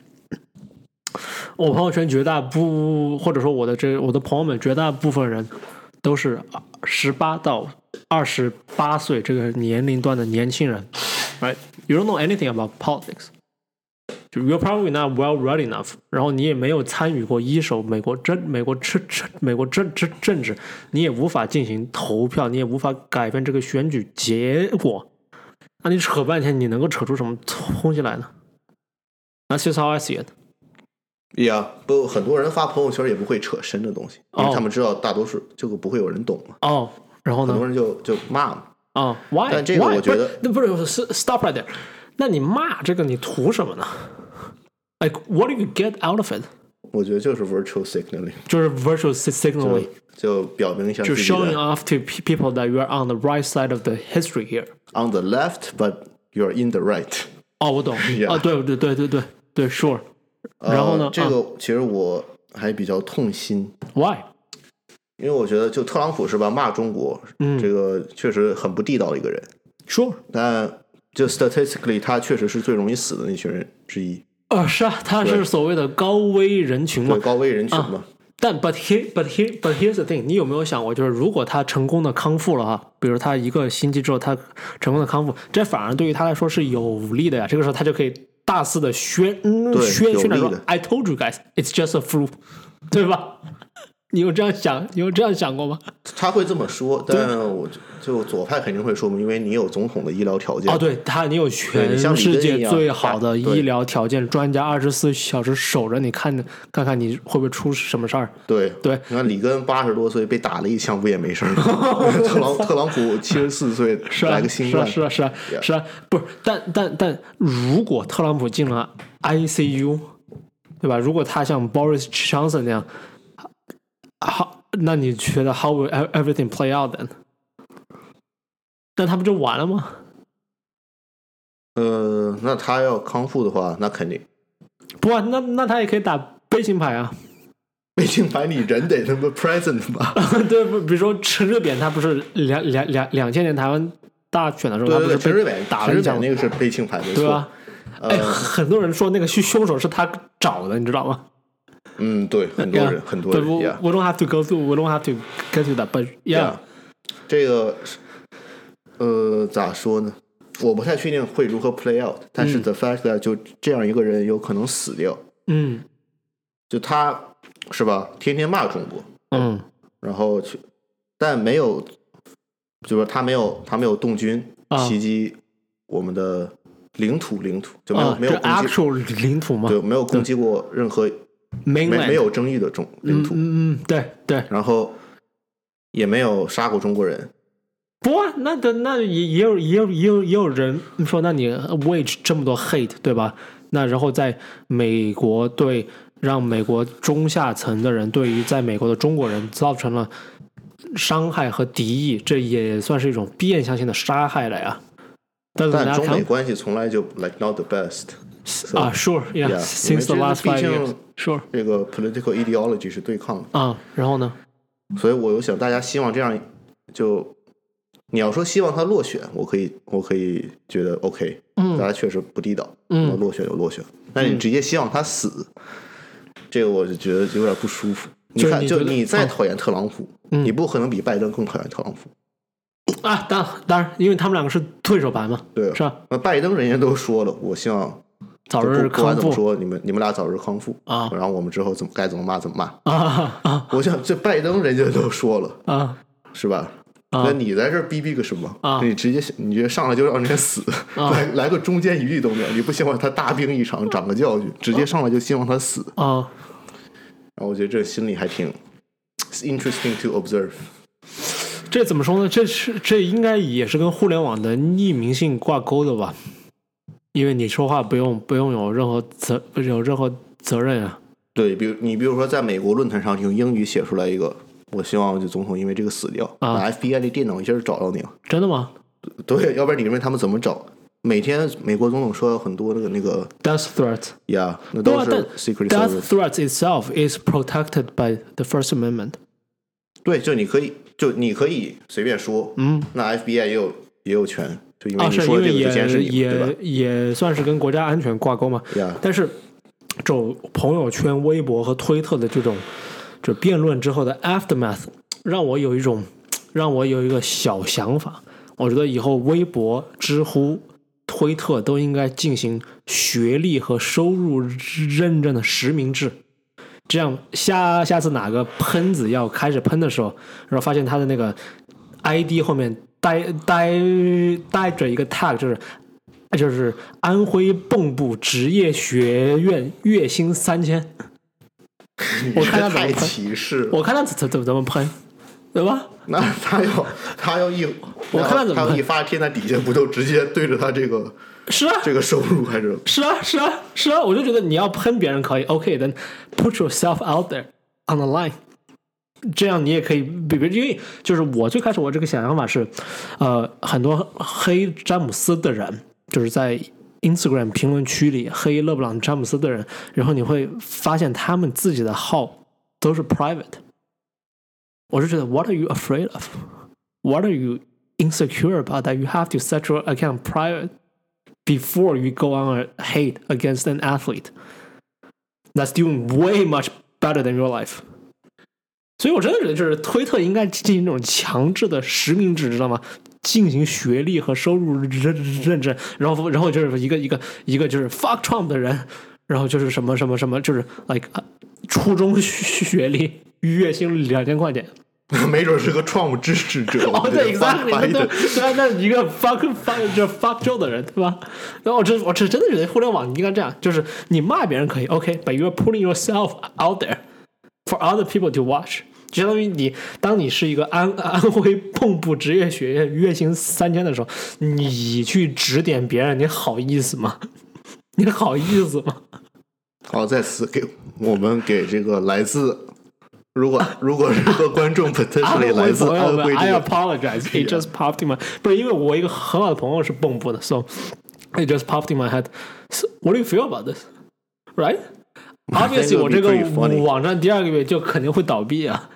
Speaker 1: 我朋友圈绝大部，或者说我的这我的朋友们绝大部分人都是十八到二十八岁这个年龄段的年轻人，right？You don't know anything about politics。就 you're probably not well read enough，然后你也没有参与过一手美国政美国政政美国政政政治，你也无法进行投票，你也无法改变这个选举结果。那你扯半天，你能够扯出什么东西来呢？That's just how I see it。
Speaker 2: 呀，不，很多人发朋友圈也不会扯深的东西，因
Speaker 1: 哦
Speaker 2: 为他们知道大多数这个不会有人懂嘛，
Speaker 1: 哦，然后
Speaker 2: 很
Speaker 1: 呢
Speaker 2: 多？人就就骂嘛。
Speaker 1: 啊、w h y
Speaker 2: 但这个
Speaker 1: why？
Speaker 2: 我觉得
Speaker 1: 不是，那不是是 stop right there。那你骂这个，你图什么呢？Like what do you get out of it？
Speaker 2: 我觉得就是 virtual signaling。
Speaker 1: 就是 virtual signaling。
Speaker 2: 就表明一下
Speaker 1: 就
Speaker 2: 自己
Speaker 1: showing
Speaker 2: 的
Speaker 1: off to pe- people that you are on the right side of the history here。
Speaker 2: on the left but you're in the right。
Speaker 1: 哦，我懂
Speaker 2: Yeah.
Speaker 1: 啊，对对对对对对，sure。然后呢
Speaker 2: 呃？这个其实我还比较痛心，
Speaker 1: 啊 why？
Speaker 2: 因为我觉得就特朗普是吧，骂中国，
Speaker 1: 嗯
Speaker 2: 这个确实很不地道的一个人。
Speaker 1: Sure，
Speaker 2: 但就 statistically，他确实是最容易死的那群人之一，
Speaker 1: 呃，是啊，他是所谓的高危人群嘛啊
Speaker 2: 对，高危人群嘛。
Speaker 1: 但 but here but here but here's the thing，你有没有想过，就是如果他成功的康复了哈，比如他一个星期之后他成功的康复，这反而对于他来说是有利的呀。这个时候他就可以大肆的宣、嗯、
Speaker 2: 对
Speaker 1: 宣
Speaker 2: 有
Speaker 1: 宣传
Speaker 2: 利
Speaker 1: 说
Speaker 2: 的
Speaker 1: ，I told you guys it's just a flu，对吧？ 你有这样想，你有这样想过吗？
Speaker 2: 他会这么说，但我就就左派肯定会说嘛，因为你有总统的医疗条件。
Speaker 1: 哦，对他，你有
Speaker 2: 对
Speaker 1: 全
Speaker 2: 你像里根
Speaker 1: 世
Speaker 2: 一
Speaker 1: 界
Speaker 2: 样
Speaker 1: 最好的
Speaker 2: 哎对
Speaker 1: 医疗条件，专家二十四小时守着你看，看看你会不会出什么事儿。
Speaker 2: 对
Speaker 1: 对
Speaker 2: 你看里根八十多岁被打了一枪不也没 事儿吗？特朗特朗普七十四岁
Speaker 1: 是啊，
Speaker 2: 来个新
Speaker 1: 是啊，
Speaker 2: 冠，
Speaker 1: 是啊，是啊，是啊，不是，但但但，如果特朗普进了 ICU，对吧？如果他像 Boris Johnson 那样，好，那你觉得 How will everything play out then？那他不就完了吗？
Speaker 2: 呃，那他要康复的话，那肯定
Speaker 1: 不啊，那那他也可以打悲情牌啊。
Speaker 2: 北京牌你人得他妈 present 吧？
Speaker 1: 对，不比如说陈水扁，他不是两两两两千年台湾大选的时候，
Speaker 2: 对对
Speaker 1: 他
Speaker 2: 对，陈
Speaker 1: 不是
Speaker 2: 水
Speaker 1: 被
Speaker 2: 扁
Speaker 1: 打了
Speaker 2: 陈
Speaker 1: 一
Speaker 2: 水
Speaker 1: 枪
Speaker 2: 扁
Speaker 1: 吗，
Speaker 2: 那个是被清牌没
Speaker 1: 对
Speaker 2: 错。
Speaker 1: 吧？哎，
Speaker 2: 呃
Speaker 1: 很多人说那个凶凶手是他找的，你知道吗？
Speaker 2: 嗯，对，很多人，很多
Speaker 1: 对
Speaker 2: 人
Speaker 1: 不
Speaker 2: yeah
Speaker 1: ？We don't have to go through, we don't have to get to that, but yeah，
Speaker 2: 这个是呃咋说呢？我不太确定会如何 play out，但是 the fact that 就这样一个人有可能死掉，
Speaker 1: 嗯
Speaker 2: 就他是吧？天天骂中国，
Speaker 1: 嗯
Speaker 2: 然后去，但没有，就是他没有他没有动军
Speaker 1: 啊
Speaker 2: 袭击我们的领土领土，就没有、
Speaker 1: 啊，
Speaker 2: 没有
Speaker 1: 这
Speaker 2: 攻击，
Speaker 1: actual 领土嘛
Speaker 2: 对，没有攻击过任何没
Speaker 1: ，mainland
Speaker 2: 没有争议的中领土，
Speaker 1: 嗯嗯，嗯对对，
Speaker 2: 然后也没有杀过中国人，
Speaker 1: 不啊，那的那也也有也有也有也有人说，那你 wage 这么多 hate 对吧？那然后在美国对让美国中下层的人对于在美国的中国人造成了伤害和敌意，这也算是一种变相性的杀害了呀。但是
Speaker 2: 但中美
Speaker 1: can
Speaker 2: 关系从来就 like not the best。
Speaker 1: 啊，sure yeah,
Speaker 2: Yeah，
Speaker 1: since the
Speaker 2: 因为
Speaker 1: last
Speaker 2: 这
Speaker 1: five
Speaker 2: 个毕竟
Speaker 1: years sure
Speaker 2: 这个 political ideology 是对抗的，
Speaker 1: 啊，然后呢？
Speaker 2: 所以我有想大家希望这样就，你要说希望他落选，我可以我可以觉得 OK，大
Speaker 1: 嗯
Speaker 2: 家确实不地道，那
Speaker 1: 嗯，
Speaker 2: 落选就落选，但你直接希望他死，这个我就觉得有点不舒服。你
Speaker 1: 就是
Speaker 2: 看，
Speaker 1: 你
Speaker 2: 就
Speaker 1: 觉得
Speaker 2: 你再
Speaker 1: 嗯
Speaker 2: 讨厌特朗普，
Speaker 1: 嗯
Speaker 2: 你不可能比拜登更讨厌特朗普，
Speaker 1: 啊，当当然，因为他们两个是对手盘嘛，
Speaker 2: 对啊
Speaker 1: 是吧？
Speaker 2: 那拜登人家都说了，我希望
Speaker 1: 早
Speaker 2: 就不
Speaker 1: 日
Speaker 2: 不管
Speaker 1: 康
Speaker 2: 怎么
Speaker 1: 复
Speaker 2: 说，你们你们俩早日康复，
Speaker 1: 啊
Speaker 2: 然后我们之后怎么该怎么骂怎么骂。
Speaker 1: 啊啊
Speaker 2: 我想这拜登人家都说了，
Speaker 1: 啊！
Speaker 2: 是吧？
Speaker 1: 啊
Speaker 2: 那你在这儿逼逼个什么？
Speaker 1: 啊
Speaker 2: 你直接你觉得上来就让人家死，
Speaker 1: 啊 嗯
Speaker 2: 来来个中间余地都没有，你不希望他大病一场，长个教训，直接上来就希望他死。
Speaker 1: 啊，
Speaker 2: 然后我觉得这心里还挺 it's interesting to observe。
Speaker 1: 这怎么说呢？这是这应该也是跟互联网的匿名性挂钩的吧？因为你说话不用不用有任何责有任何责任啊。
Speaker 2: 对，比如你比如说在美国论坛上用英语写出来一个，我希望就总统因为这个死掉，
Speaker 1: 啊
Speaker 2: 把 FBI 的电脑一下就找到你了。
Speaker 1: 真的吗
Speaker 2: 对，要不然你认为他们怎么找？每天美国总统说有很多那个那个
Speaker 1: ？Death threat，
Speaker 2: 呀那
Speaker 1: 对
Speaker 2: 都
Speaker 1: 啊，
Speaker 2: 是
Speaker 1: 但
Speaker 2: secret
Speaker 1: death
Speaker 2: service。
Speaker 1: threat itself is protected by the First Amendment。
Speaker 2: 对，就你可以，就你可以随便说，
Speaker 1: 嗯，
Speaker 2: 那 FBI 也有也有权，就因为
Speaker 1: 啊，
Speaker 2: 你
Speaker 1: 是
Speaker 2: 说
Speaker 1: 因
Speaker 2: 的
Speaker 1: 为
Speaker 2: 这个就监视
Speaker 1: 也
Speaker 2: 你嘛，对吧
Speaker 1: 也也算是跟国家安全挂钩嘛。
Speaker 2: 呀
Speaker 1: 但是这种朋友圈、微博和推特的这种就辩论之后的 aftermath，让我有一种让我有一个小想法，我觉得以后微博、知乎、推特都应该进行学历和收入认证的实名制。这样下下次哪个喷子要开始喷的时候，然后发现他的那个 ID 后面带带带着一个 tag，就是就是安徽蚌埠职业学院月薪三千，我看他怎么
Speaker 2: 太
Speaker 1: 喷，
Speaker 2: 歧视了。
Speaker 1: 我看他怎怎怎么喷，对吧？
Speaker 2: 那他要他要一，
Speaker 1: 我看他怎么
Speaker 2: 他要
Speaker 1: 喷
Speaker 2: 一发帖，那底下不都直接对着他这个
Speaker 1: 是啊，
Speaker 2: 这个收入还是？
Speaker 1: 是啊，是啊，是啊，我就觉得你要喷别人可以，OK，then、put yourself out there on the line，这样你也可以，比如因为就是我最开始我这个想法是，呃，很多黑詹姆斯的人就是在 Instagram 评论区里黑勒布朗詹姆斯的人，然后你会发现他们自己的号都是 private，我就觉得 What are you afraid of？What are you insecure about that you have to set your account private？before you go on a hate against an athlete. That's doing way much better than your life. 所以我真的觉得，就是推特应该进行这种强制的实名制，知道吗？进行学历和收入认认证，然后然后就是一个一个一个就是 fuck Trump 的人，然后就是什么什么什么，就是 like 啊初中学学历，月薪两千块钱。
Speaker 2: 没准是个 Trump 支持者。
Speaker 1: 哦，对，exactly，
Speaker 2: 发
Speaker 1: 对对
Speaker 2: 一顿
Speaker 1: 对，那一个 fuck fuck 就是 fuck Joe 的人，对吧？那我这我这真的觉得互联网应该这样，就是你骂别人可以，OK，but、you're putting yourself out there for other people to watch。就相当于你，当你是一个安安徽蚌埠职业学院月薪三千的时候，你去指点别人，你好意思吗？ 你好意思吗？
Speaker 2: 好，在此给我们给这个来自，如果如果这个观众
Speaker 1: 啊
Speaker 2: potentially 来自安徽
Speaker 1: ，I
Speaker 2: 这个，
Speaker 1: apologize. It just popped in my 不是因为我一个很好的朋友是蚌埠的，so it just popped in my head. So, what do you feel about this? Right? Obviously，
Speaker 2: That'll be
Speaker 1: 我这个
Speaker 2: pretty funny.
Speaker 1: 网站第二个月就肯定会倒闭 啊，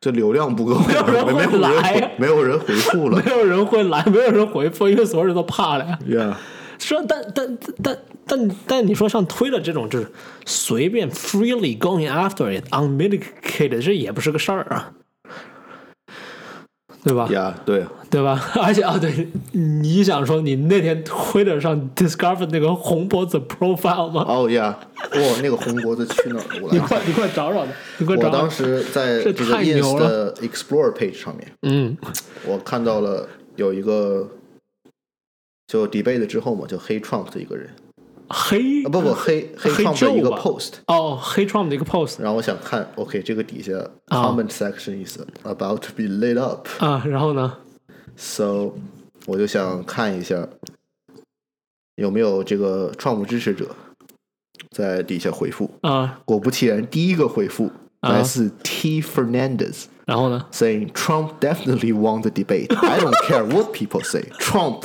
Speaker 2: 这流量不够，没
Speaker 1: 有人会
Speaker 2: 没有人
Speaker 1: 来
Speaker 2: 回没有人回 复了
Speaker 1: 没有人会来，没有人回复，因为所有人都怕了呀。
Speaker 2: ，Yeah，
Speaker 1: 说，但但但但但你说像推了这种，就是随便 freely going after it unmedicated，这也不是个事儿啊，对 吧？
Speaker 2: 呀，对，
Speaker 1: 对吧？ 而且啊，对，你想说你那天推特上 discover 那个红脖子 profile 吗？
Speaker 2: 哦呀，哇，那个红脖子去哪儿？ 我
Speaker 1: 你
Speaker 2: 来，
Speaker 1: 快，你快找找他，你快
Speaker 2: 我
Speaker 1: 找找
Speaker 2: 当。时在
Speaker 1: 这
Speaker 2: 这个
Speaker 1: 太牛
Speaker 2: ins
Speaker 1: 了
Speaker 2: 的 explore page 上面，
Speaker 1: 嗯，
Speaker 2: 我看到了有一个就 debate 之后嘛，就黑 Trump 的一个人，
Speaker 1: 黑
Speaker 2: 啊不不黑黑
Speaker 1: 黑
Speaker 2: Trump 的一
Speaker 1: Joe
Speaker 2: 个
Speaker 1: 吧
Speaker 2: post，
Speaker 1: 哦，黑 Trump 的一个 post
Speaker 2: 然后我想看，OK，这个底下
Speaker 1: 啊
Speaker 2: comment section is about to be lit up，
Speaker 1: 啊，然后呢？
Speaker 2: So，我就想看一下有没有这个创 r 支持者在底下回复。
Speaker 1: 啊，
Speaker 2: 果不其然，第一个回复
Speaker 1: 啊
Speaker 2: 来自 T Fernandez
Speaker 1: 然后呢？
Speaker 2: saying Trump definitely won the debate. I don't care what people say. Trump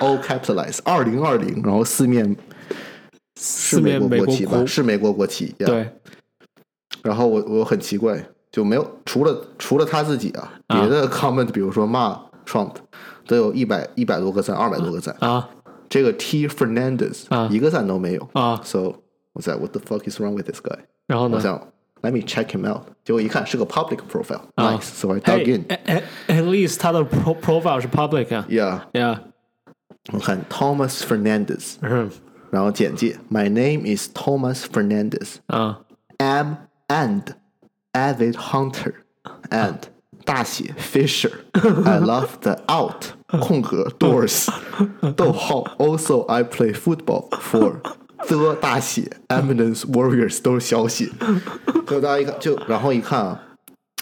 Speaker 2: all capitalize 二零二零，然后四面是
Speaker 1: 四
Speaker 2: 美
Speaker 1: 面
Speaker 2: 国
Speaker 1: 美
Speaker 2: 国
Speaker 1: 国
Speaker 2: 旗吧？
Speaker 1: 国
Speaker 2: 是美啊国国旗。Yeah
Speaker 1: 对，
Speaker 2: 然后我我很奇怪，就没有除了除了他自己啊，
Speaker 1: 啊
Speaker 2: 别的 comment，比如说骂 Trump，都有一百一百多个赞，二百多个赞。
Speaker 1: 啊
Speaker 2: 这个 T Fernandez、
Speaker 1: 啊
Speaker 2: 一个赞都没有。
Speaker 1: 啊，
Speaker 2: So 我在 What the fuck is wrong with this guy？
Speaker 1: 然后
Speaker 2: 我
Speaker 1: 呢？
Speaker 2: 想 Let me check him out。结果一看是个 public profile，nice、
Speaker 1: 啊
Speaker 2: So I
Speaker 1: 哎
Speaker 2: dug in。
Speaker 1: 哎哎，at least 他的 pro profile 是 public 啊
Speaker 2: Yeah，
Speaker 1: ，yeah，
Speaker 2: 我看 Thomas Fernandez，
Speaker 1: 嗯
Speaker 2: 然后简介：My name is Thomas Fernandez。
Speaker 1: 啊
Speaker 2: am and avid hunter and 大写 Fisher. I love the out 空格 doors 逗号 Also I play football for the 大写 Eminence Warriors 都是小写。就大家一看，就然后一看啊，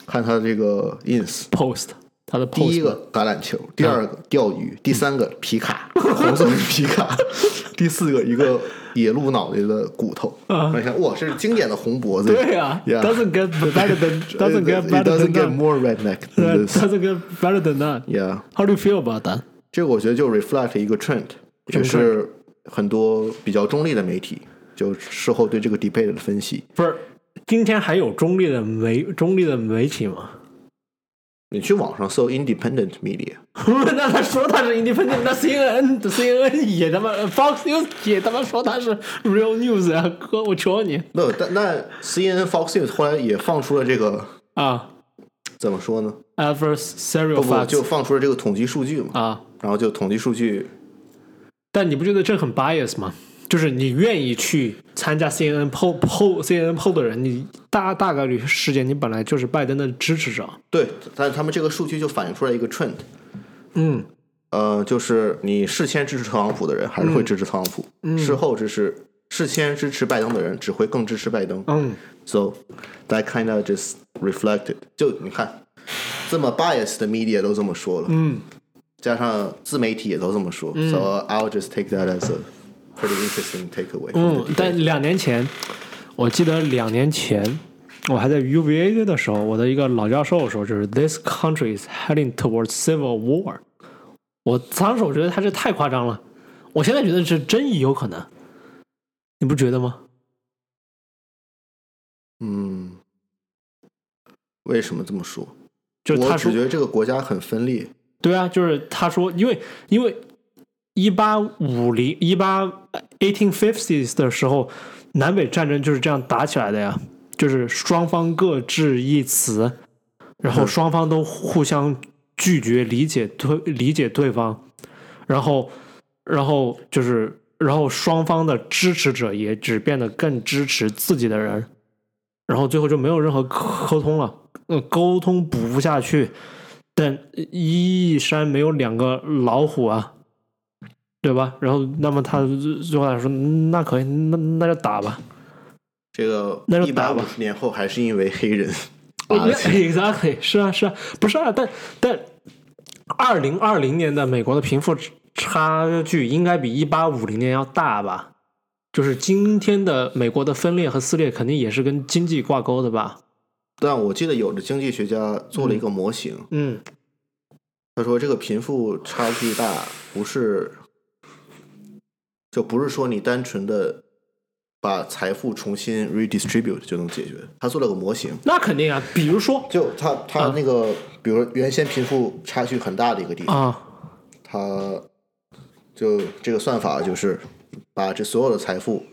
Speaker 2: 看他这个 ins，
Speaker 1: ，post 他的 post
Speaker 2: 第一个橄榄球，
Speaker 1: 嗯
Speaker 2: 第二个钓鱼，第三个皮卡， 红色的皮卡， 第四个一个野鹿脑袋的骨头。然后你看，哇，这是经典的红脖子。
Speaker 1: 嗯对啊
Speaker 2: Yeah.
Speaker 1: ，doesn't get better than doesn't get
Speaker 2: It
Speaker 1: better than
Speaker 2: doesn't get
Speaker 1: that。
Speaker 2: more redneck than this.
Speaker 1: doesn't get better than that.
Speaker 2: Yeah，
Speaker 1: How do you feel about that?
Speaker 2: 这个我觉得就 reflect 一 个 trend，也是很多比较中立的媒体就事后对这个 debate 的分析。
Speaker 1: 不是，今天还有中立的媒中立的媒体吗？
Speaker 2: 你去网上搜 independent media，
Speaker 1: 那他说他是 independent，那 CNN CNN 也他妈呃 Fox News 也他妈说他是 real news 啊！哥，我求你
Speaker 2: 没有，但那 CNN、Fox News 后来也放出了这个
Speaker 1: 啊
Speaker 2: 怎么说呢？
Speaker 1: ！Adverse
Speaker 2: 不
Speaker 1: serial
Speaker 2: 不，
Speaker 1: facts
Speaker 2: 就放出了这个统计数据嘛。
Speaker 1: 啊！
Speaker 2: 然后就统计数据，
Speaker 1: 但你不觉得这很 bias 吗？就是你愿意去参加 CNN poll poll CNN poll 的人，你大大概率事件你本来就是拜登的支持者。
Speaker 2: 对，但他们这个数据就反映出来一个 trend，
Speaker 1: 嗯，
Speaker 2: 呃，就是你事先支持特朗普的人还
Speaker 1: 嗯
Speaker 2: 是会支持特朗普，事后支持事先支持拜登的人只会更支持拜登。
Speaker 1: 嗯
Speaker 2: ，so that kind of just reflected，就你看，这么 biased 的 media 都这么说了，
Speaker 1: 嗯，
Speaker 2: 加上自媒体也都这么说、s o I'll just take that as a pretty interesting takeaway。
Speaker 1: 嗯，但两年前，我记得两年前我还在 UVA 的时候，我的一个老教授说，就是 This country is heading towards civil war。我当时我觉得他这太夸张了，我现在觉得这真有可能，你不觉得吗？
Speaker 2: 嗯，为什么这么说？
Speaker 1: 就是
Speaker 2: 我
Speaker 1: 他
Speaker 2: 只
Speaker 1: 说
Speaker 2: 觉，得这个国家很分裂。
Speaker 1: 对啊，就是他说，因为因为一八五零一八 eighteen fifties 的时候，南北战争就是这样打起来的呀，就是双方各执一词，然后双方都互相拒绝理解对理解对方，然后然后就是然后双方的支持者也只变得更支持自己的人，然后最后就没有任何沟通了，呃，沟通不下去，但一山没有两个老虎啊。对吧？然后，那么他最后他说：“那可以，那那就打吧。
Speaker 2: 这个
Speaker 1: 那
Speaker 2: 一
Speaker 1: 就
Speaker 2: 百
Speaker 1: 打
Speaker 2: 五
Speaker 1: 吧
Speaker 2: 十年后还是因为 黑人打了起来
Speaker 1: 啊 Exactly，是啊，是啊，不是啊，但但二零二零年的美国的贫富差距应该比一八五零年要大吧？就是今天的美国的分裂和撕裂，肯定也是跟经济挂钩的吧？
Speaker 2: 但我记得有的经济学家做了一个模型，
Speaker 1: 嗯，
Speaker 2: 他说这个贫富差距大不是，就不是说你单纯的把财富重新 redistribute 就能解决。他做了个模型，
Speaker 1: 那肯定啊。比如说
Speaker 2: 就他他
Speaker 1: 啊
Speaker 2: 那个，比如说原先贫富差距很大的一个地方，
Speaker 1: 啊，
Speaker 2: 他就这个算法就是把这所有的财富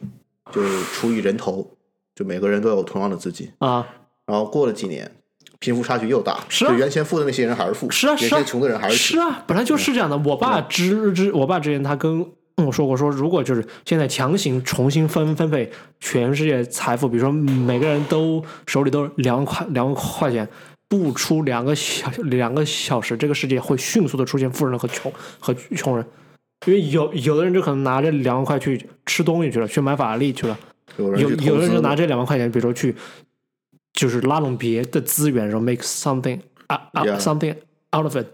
Speaker 2: 就除以人头，就每个人都有同样的资金。
Speaker 1: 啊，
Speaker 2: 然后过了几年，贫富差距又大，
Speaker 1: 是啊
Speaker 2: 就原先富的那些人还是富，
Speaker 1: 是啊，
Speaker 2: 原
Speaker 1: 是啊，
Speaker 2: 先穷的人还是
Speaker 1: 是
Speaker 2: 穷，
Speaker 1: 啊，本来就是这样的。我爸之之，我爸之前他跟我说过说，如果就是现在强行重新分分配全世界财富，比如说每个人都手里都两块两块钱，不出两个小两个小时，这个世界会迅速的出现富人和穷 和穷人。因为有有的人就可能拿着两万块去吃东西去了，去买法拉利去了；
Speaker 2: 有人
Speaker 1: 有
Speaker 2: 去投资
Speaker 1: 有的人就
Speaker 2: 了
Speaker 1: 拿这两万块钱，比如说去就是拉拢别的资源，然后 make something out, out
Speaker 2: Yeah.
Speaker 1: something out of it。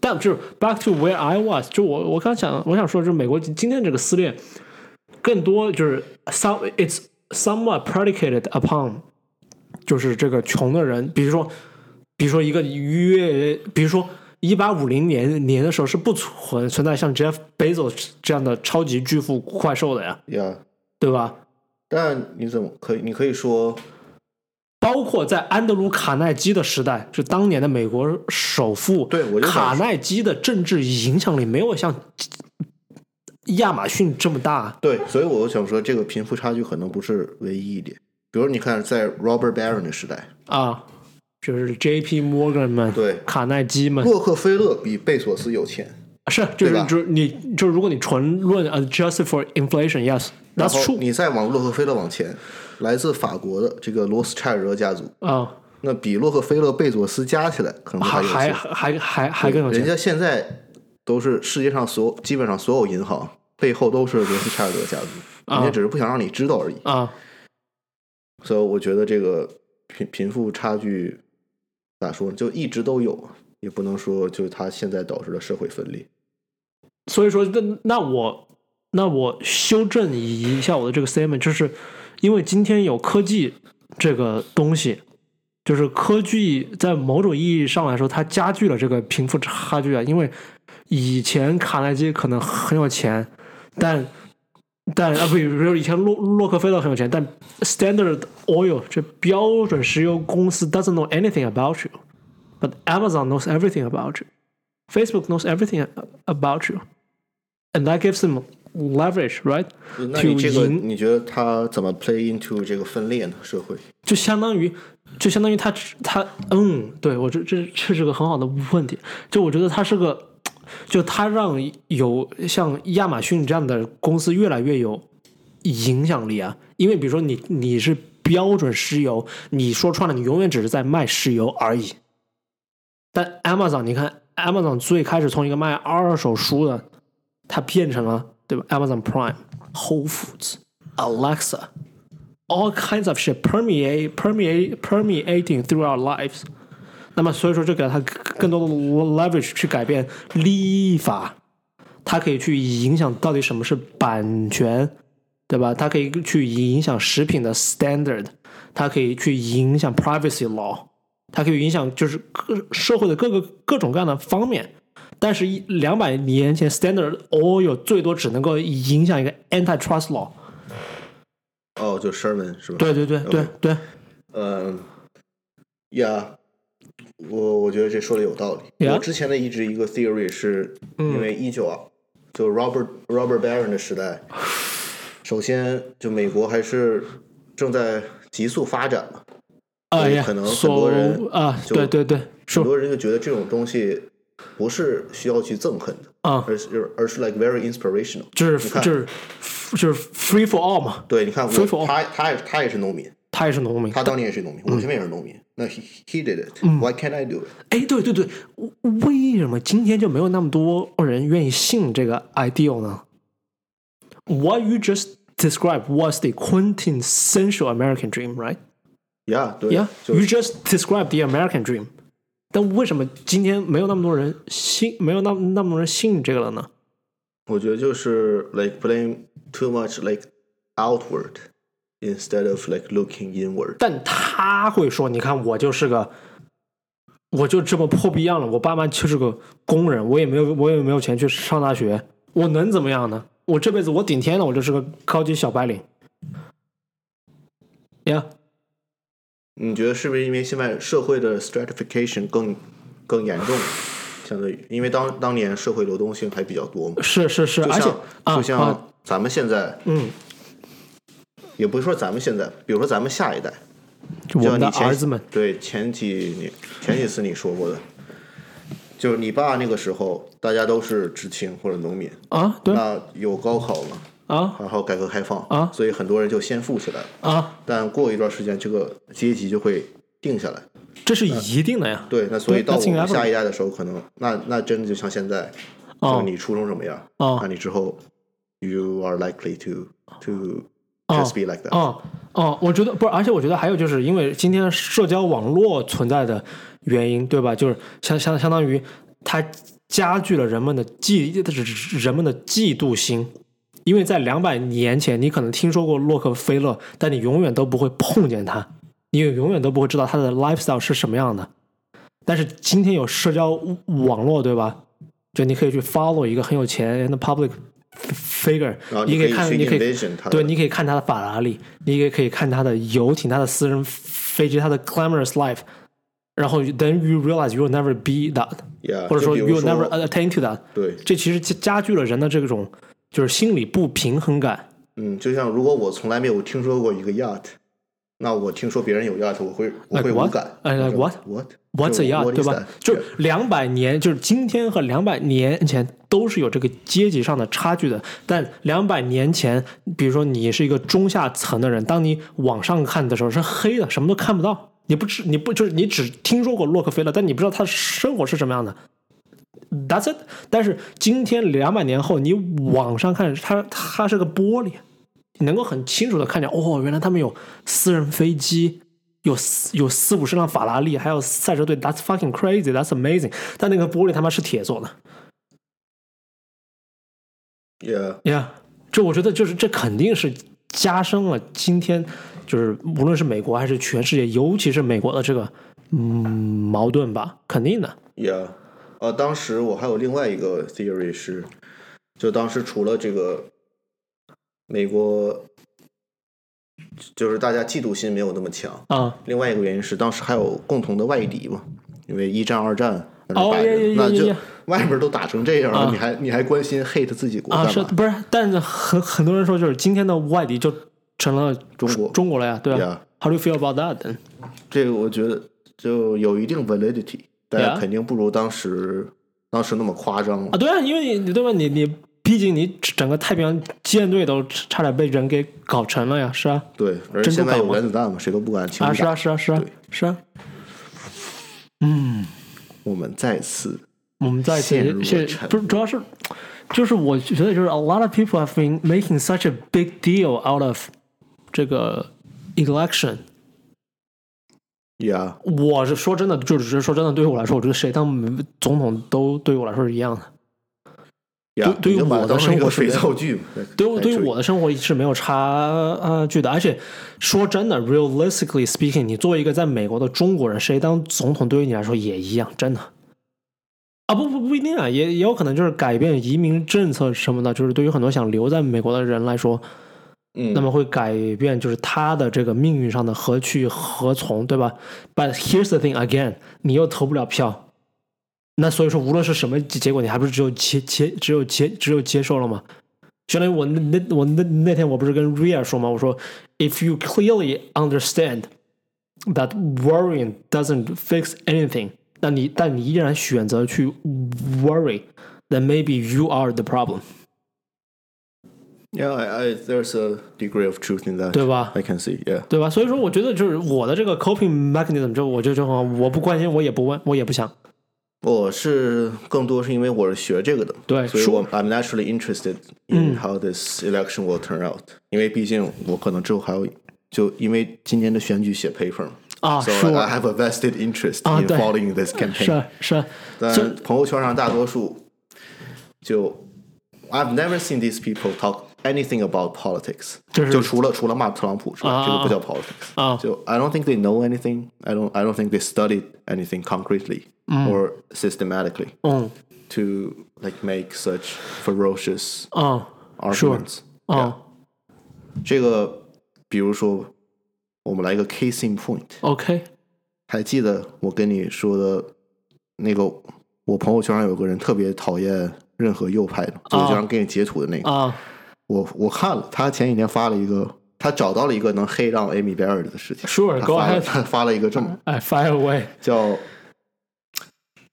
Speaker 1: 但就是 back to where I was，就我我刚想我想说，就是美国今今天这个撕裂，更多就是 some it's somewhat predicated upon，就是这个穷的人，比如说比如说一个月，比如说一八五零年年的时候是不存存在像 Jeff Bezos 这样的超级巨富怪兽的呀，
Speaker 2: 呀。
Speaker 1: 对吧？
Speaker 2: 但你怎么可以？你可以说，
Speaker 1: 包括在安德鲁·卡耐基的时代，是当年的美国首富。
Speaker 2: 对我就想
Speaker 1: 卡耐基的政治影响力没有像亚马逊这么大。
Speaker 2: 对，所以我想说，这个贫富差距可能不是唯一一点。比如你看，在 Robert Barron 的时代，
Speaker 1: 啊，就是 J.P. Morgan 们，
Speaker 2: 对
Speaker 1: 卡耐基们，
Speaker 2: 洛克菲勒比贝索斯有钱，
Speaker 1: 是就是
Speaker 2: 对吧
Speaker 1: 就是你就是如果你纯论 adjusted for inflation，yes，that's
Speaker 2: 然后
Speaker 1: true
Speaker 2: 你再往洛克菲勒往前，来自法国的这个罗斯柴尔德家族，
Speaker 1: 啊，
Speaker 2: 那比洛克菲勒、贝佐斯加起来可能
Speaker 1: 还
Speaker 2: 有
Speaker 1: 还
Speaker 2: 钱。
Speaker 1: 还还还更有
Speaker 2: 人
Speaker 1: 钱。
Speaker 2: 家现在都是世界上所有基本上所有银行背后都是罗斯柴尔德 家族，人家只是不想让你知道而已。
Speaker 1: 啊，
Speaker 2: 所以我觉得这个贫贫富差距咋说呢，就一直都有，也不能说就是它现在导致了社会分裂。
Speaker 1: 所以说那那我那我修正一下我的这个 statement，就是因为今天有科技这个东西，就是科技在某种意义上来说，它加剧了这个贫富差距啊。因为以前卡耐基可能很有钱，但但啊，不，比如说以前洛洛克菲勒很有钱，但 Standard Oil 这标准石油公司 doesn't know anything about you。But Amazon knows everything about you. Facebook knows everything about you. And that gives them leverage, right?
Speaker 2: 那你这
Speaker 1: 就
Speaker 2: 个
Speaker 1: 赢
Speaker 2: 你觉得它怎么 play into 这个分裂呢？社会
Speaker 1: 就相当于，就相当于他他嗯，对我这这这是个很好的问题。就我觉得他是个，就他让有像亚马逊这样的公司越来越有影响力啊。因为比如说你你是标准石油，你说穿了你永远只是在卖石油而已。但 Amazon，你看 Amazon 最开始从一个卖二手书的，它变成了对吧？Amazon Prime、Whole Foods、Alexa。all kinds of shit permeate permeate permeating through our lives。那么所以说，就给了他更多的 leverage 去改变立法，它可以去影响到底什么是版权，对吧？它可以去影响食品的 standard，它可以去影响 privacy law，它可以影响就是各社会的各个各种各样的方面。但是，一两百年前 standard oil 最多只能够影响一个 antitrust law。
Speaker 2: 哦，就 Sherman 是吧？
Speaker 1: 对对对对对。
Speaker 2: 嗯，呀，我我觉得这说的有道理。
Speaker 1: Yeah 嗯
Speaker 2: 我之前的一直一个 theory 是因为一九啊，就 Robert Robert Barron 的时代，首先就美国还是正在急速发展嘛，
Speaker 1: 啊
Speaker 2: 所以
Speaker 1: 哎呀，
Speaker 2: 可能很
Speaker 1: so，
Speaker 2: 多人
Speaker 1: 啊，
Speaker 2: 就
Speaker 1: 对对对，是
Speaker 2: 很多人就觉得这种东西不是需要去憎恨的，
Speaker 1: 啊，
Speaker 2: 而是而是 like very inspirational。
Speaker 1: 就是
Speaker 2: 你看
Speaker 1: 就是就是 free for all 嘛，
Speaker 2: 对，你看
Speaker 1: 非法
Speaker 2: 我他他也他也是农民，
Speaker 1: 他也是农民。
Speaker 2: 他当年也是农民，
Speaker 1: 嗯
Speaker 2: 我前面也是农民。那 he he did it, why can't I do it？
Speaker 1: 哎，对对对，为什么今天就没有那么多人愿意信这个 ideal 呢？What you just described was the quintessential American dream, right?
Speaker 2: Yeah，对
Speaker 1: Yeah,
Speaker 2: 就
Speaker 1: you
Speaker 2: 是
Speaker 1: just described the American dream. 但为什么今天没有那么多人信，没有那那么多人信这个了呢？
Speaker 2: 我觉得就是 like blame too much like outward instead of like looking inward。
Speaker 1: 但他会说：“你看，我就是个，我就这么破逼样了。我爸妈就是个工人，我也没有，我也没有钱去上大学，我能怎么样呢？我这辈子我顶天了，我就是个高级小白领。”呀，
Speaker 2: 你觉得是不是因为现在社会的 stratification 更更严重？相对于，因为当当年社会流动性还比较多嘛，
Speaker 1: 是是是，
Speaker 2: 就
Speaker 1: 而且
Speaker 2: 像
Speaker 1: 啊
Speaker 2: 就
Speaker 1: 啊，
Speaker 2: 像咱们现在，
Speaker 1: 嗯，
Speaker 2: 也不是说咱们现在，比如说咱们下一代，
Speaker 1: 就我
Speaker 2: 就像
Speaker 1: 们
Speaker 2: 你
Speaker 1: 的
Speaker 2: 前
Speaker 1: 儿子们，
Speaker 2: 对前几年前几次你说过的，就是你爸那个时候，大家都是知青或者农民，
Speaker 1: 啊，对
Speaker 2: 那有高考嘛，
Speaker 1: 啊
Speaker 2: 然后改革开放
Speaker 1: 啊
Speaker 2: 所以很多人就先富起来了。
Speaker 1: 啊，
Speaker 2: 但过一段时间，这个阶级就会定下来。
Speaker 1: 这是一定的呀，
Speaker 2: 对，那所以
Speaker 1: 对
Speaker 2: 到
Speaker 1: 那
Speaker 2: 我
Speaker 1: 进来
Speaker 2: 们
Speaker 1: 不
Speaker 2: 下一代的时候，可能那那真的就像现在，
Speaker 1: 哦
Speaker 2: 就你初中什么样，
Speaker 1: 哦
Speaker 2: 那你之后 you are likely to to
Speaker 1: 哦
Speaker 2: just be like that。
Speaker 1: 哦哦，我觉得不是，而且我觉得还有就是因为今天社交网络存在的原因，对吧？就是相相相当于它加剧了人们的嫉人们的嫉妒心，因为在两百年前，你可能听说过洛克菲勒，但你永远都不会碰见他，你也永远都不会知道他的 lifestyle 是什么样的。但是今天有社交网络，对吧？就你可以去 follow 一个很有钱人的 public figure，
Speaker 2: 然后
Speaker 1: 你
Speaker 2: 可
Speaker 1: 可以看，
Speaker 2: 去
Speaker 1: 你可以
Speaker 2: envision 它的
Speaker 1: 对，你可以看他的法拉利，你也可以看他的游艇、他的私人飞机、他的 glamorous life，然后 then you realize you'll never be that，
Speaker 2: Yeah，
Speaker 1: 或者
Speaker 2: 啊就
Speaker 1: 说
Speaker 2: 比
Speaker 1: you'll
Speaker 2: 如
Speaker 1: never attain to that，
Speaker 2: 对，
Speaker 1: 这其实加加剧了人的这种就是心理不平衡感。
Speaker 2: 嗯，就像如果我从来没有听说过一个 yacht，那我听说别人有 yacht，我会我
Speaker 1: Like
Speaker 2: 会无
Speaker 1: what？
Speaker 2: 感。
Speaker 1: 哎
Speaker 2: 我
Speaker 1: like
Speaker 2: 说
Speaker 1: what？
Speaker 2: what
Speaker 1: What's a
Speaker 2: 就
Speaker 1: yacht，
Speaker 2: what is
Speaker 1: 对吧
Speaker 2: that？？
Speaker 1: 就
Speaker 2: Yeah
Speaker 1: 两百年，就是今天和两百年前都是有这个阶级上的差距的。但两百年前，比如说你是一个中下层的人，当你往上看的时候是黑的，什么都看不到。你不知你不就是你只听说过洛克菲勒，但你不知道他生活是什么样的。That's it。但是今天两百年后，你往上看，它它是个玻璃，你能够很清楚的看见，哦，原来他们有私人飞机，有四有四五十辆法拉利，还有赛车队。That's fucking crazy. That's amazing. 但那个玻璃他妈是铁做的。
Speaker 2: yeah，
Speaker 1: Yeah，这我觉得就是这肯定是加深了今天就是无论是美国还是全世界，尤其是美国的这个嗯矛盾吧，肯定的。
Speaker 2: Yeah，呃，当时我还有另外一个 theory 是，就当时除了这个美国，就是大家嫉妒心没有那么强，
Speaker 1: 啊、
Speaker 2: 另外一个原因是当时还有共同的外敌嘛，因为一战、二战。那
Speaker 1: 哦
Speaker 2: 摆着
Speaker 1: 呀呀呀
Speaker 2: 那就
Speaker 1: 呀
Speaker 2: 外面都打成这样了，
Speaker 1: 啊
Speaker 2: 你还你还关心 hate 自己国
Speaker 1: 啊，
Speaker 2: 干
Speaker 1: 是
Speaker 2: 嘛？
Speaker 1: 不是？但是很很多人说，就是今天的外敌就成了
Speaker 2: 中国
Speaker 1: 中国了呀，对吧、
Speaker 2: Yeah
Speaker 1: How do you feel about that？then？
Speaker 2: 这个我觉得就有一定 validity，但
Speaker 1: Yeah
Speaker 2: 肯定不如当时当时那么夸张了
Speaker 1: 啊，。对啊，因为你对吧？你你毕竟你整个太平洋舰队都差点被人给搞沉了呀，是啊，
Speaker 2: 对，而且
Speaker 1: 真
Speaker 2: 现
Speaker 1: 不
Speaker 2: 在
Speaker 1: 敢
Speaker 2: 有
Speaker 1: 吗
Speaker 2: 原子弹嘛，谁都不敢轻
Speaker 1: 啊
Speaker 2: 易
Speaker 1: 是
Speaker 2: 打。
Speaker 1: 啊是啊是啊
Speaker 2: 对
Speaker 1: 是啊，
Speaker 2: 我们再次
Speaker 1: 我们再
Speaker 2: 陷入
Speaker 1: 次
Speaker 2: 了
Speaker 1: 现
Speaker 2: 沉
Speaker 1: 不是主要是就是我觉得就是 a lot of people have been making such a big deal out of 这个 election。
Speaker 2: Yeah，
Speaker 1: 我是说真的，就只是说真的，对于我来说，我觉得谁当总统都对于我来说是一样的。
Speaker 2: 呀，
Speaker 1: 对于
Speaker 2: 你就把
Speaker 1: 我的
Speaker 2: 它当成
Speaker 1: 生
Speaker 2: 一个
Speaker 1: 活是
Speaker 2: 肥
Speaker 1: 这样
Speaker 2: 皂 剧嘛，
Speaker 1: 对于，
Speaker 2: 来
Speaker 1: 对于
Speaker 2: 追
Speaker 1: 我的生活是没有差呃距的。而且说真的，realistically speaking，你作为一个在美国的中国人，谁当总统对于你来说也一样，真的。啊，不不不一定啊，也也有可能就是改变移民政策什么的，就是对于很多想留在美国的人来说，
Speaker 2: 嗯，
Speaker 1: 那么会改变就是他的这个命运上的何去何从，对吧？But here's the thing again，你又投不了票，那所以说无论是什么结结果，你还不是只有接接只有接只有接受了吗？相当于我那那我那那天我不是跟 Ria 说吗？我说 If you clearly understand that worrying doesn't fix anything, 但你但你依然选择去 worry。Then maybe you are the problem，
Speaker 2: Yeah, I, I, there's a degree of truth in that.
Speaker 1: 对吧？
Speaker 2: I can see. Yeah.
Speaker 1: 对吧？所以说，我觉得就是我的这个 coping mechanism，就我就就很我不关心，我也不问，我也不想。
Speaker 2: 我是更多是因为我是学这个的，
Speaker 1: 对
Speaker 2: 所以
Speaker 1: 说嗯
Speaker 2: 我 I'm naturally interested in how this election will turn out，、因为毕竟我可能之后还要就因为今年的选举写 paper 嘛，
Speaker 1: 啊
Speaker 2: so
Speaker 1: 是
Speaker 2: like I have a vested interest
Speaker 1: 啊
Speaker 2: in
Speaker 1: 对
Speaker 2: following this
Speaker 1: 是啊
Speaker 2: campaign。
Speaker 1: 是，
Speaker 2: 但朋友圈上大多数就 I've never seen these people talk anything about politics，
Speaker 1: 就是
Speaker 2: 就除了除了骂特朗普之外，
Speaker 1: 啊
Speaker 2: 这个不叫
Speaker 1: 啊
Speaker 2: politics
Speaker 1: 啊
Speaker 2: 就 I don't think they know anything. I don't I don't think they studied anything concretely or systematically.
Speaker 1: 嗯
Speaker 2: to like make such ferocious
Speaker 1: 嗯
Speaker 2: arguments。
Speaker 1: 嗯
Speaker 2: 这个，比如说，我们来一个 case in point。
Speaker 1: ，OK，
Speaker 2: 还记得我跟你说的那个，我朋友圈上有个人特别讨厌任何右派的，就
Speaker 1: 哦
Speaker 2: 我经常给你截图的那个。
Speaker 1: 啊
Speaker 2: 我我看了，他前几天发了一个，他找到了一个能黑让 Amy Barrett 的事情。
Speaker 1: Sure,
Speaker 2: 他
Speaker 1: go
Speaker 2: 发了
Speaker 1: ahead 嗯
Speaker 2: 他发了一个这么
Speaker 1: ，I 哎 fire away，
Speaker 2: 叫。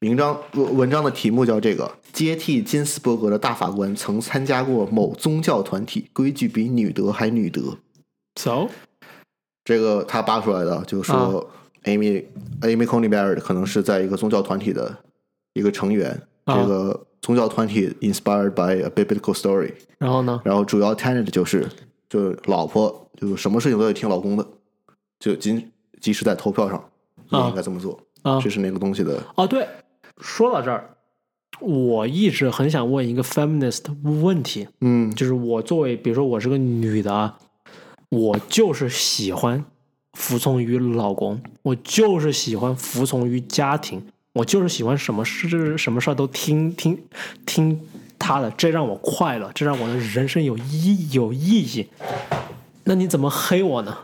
Speaker 2: 文章文文章的题目叫这个：接替金斯伯格的大法官曾参加过某宗教团体，规矩比女德还女德。
Speaker 1: 走
Speaker 2: 这个他扒出来的，就说
Speaker 1: 啊
Speaker 2: Amy、Amy Coney Barrett 可能是在一个宗教团体的一个成员。
Speaker 1: 啊
Speaker 2: 这个宗教团体 inspired by a biblical story，
Speaker 1: 然后呢？
Speaker 2: 然后主要 tenet 就是，就是老婆就是什么事情都得听老公的，就即即使在投票上也
Speaker 1: 啊
Speaker 2: 应该这么做。
Speaker 1: 啊
Speaker 2: 这是那个东西的
Speaker 1: 哦，对，说到这儿，我一直很想问一个 feminist 问题，
Speaker 2: 嗯
Speaker 1: 就是我作为，比如说我是个女的啊，我就是喜欢服从于老公，我就是喜欢服从于家庭，我就是喜欢什么事什么事儿都听听听他的，这让我快乐，这让我的人生有意有意义。那你怎么黑我呢？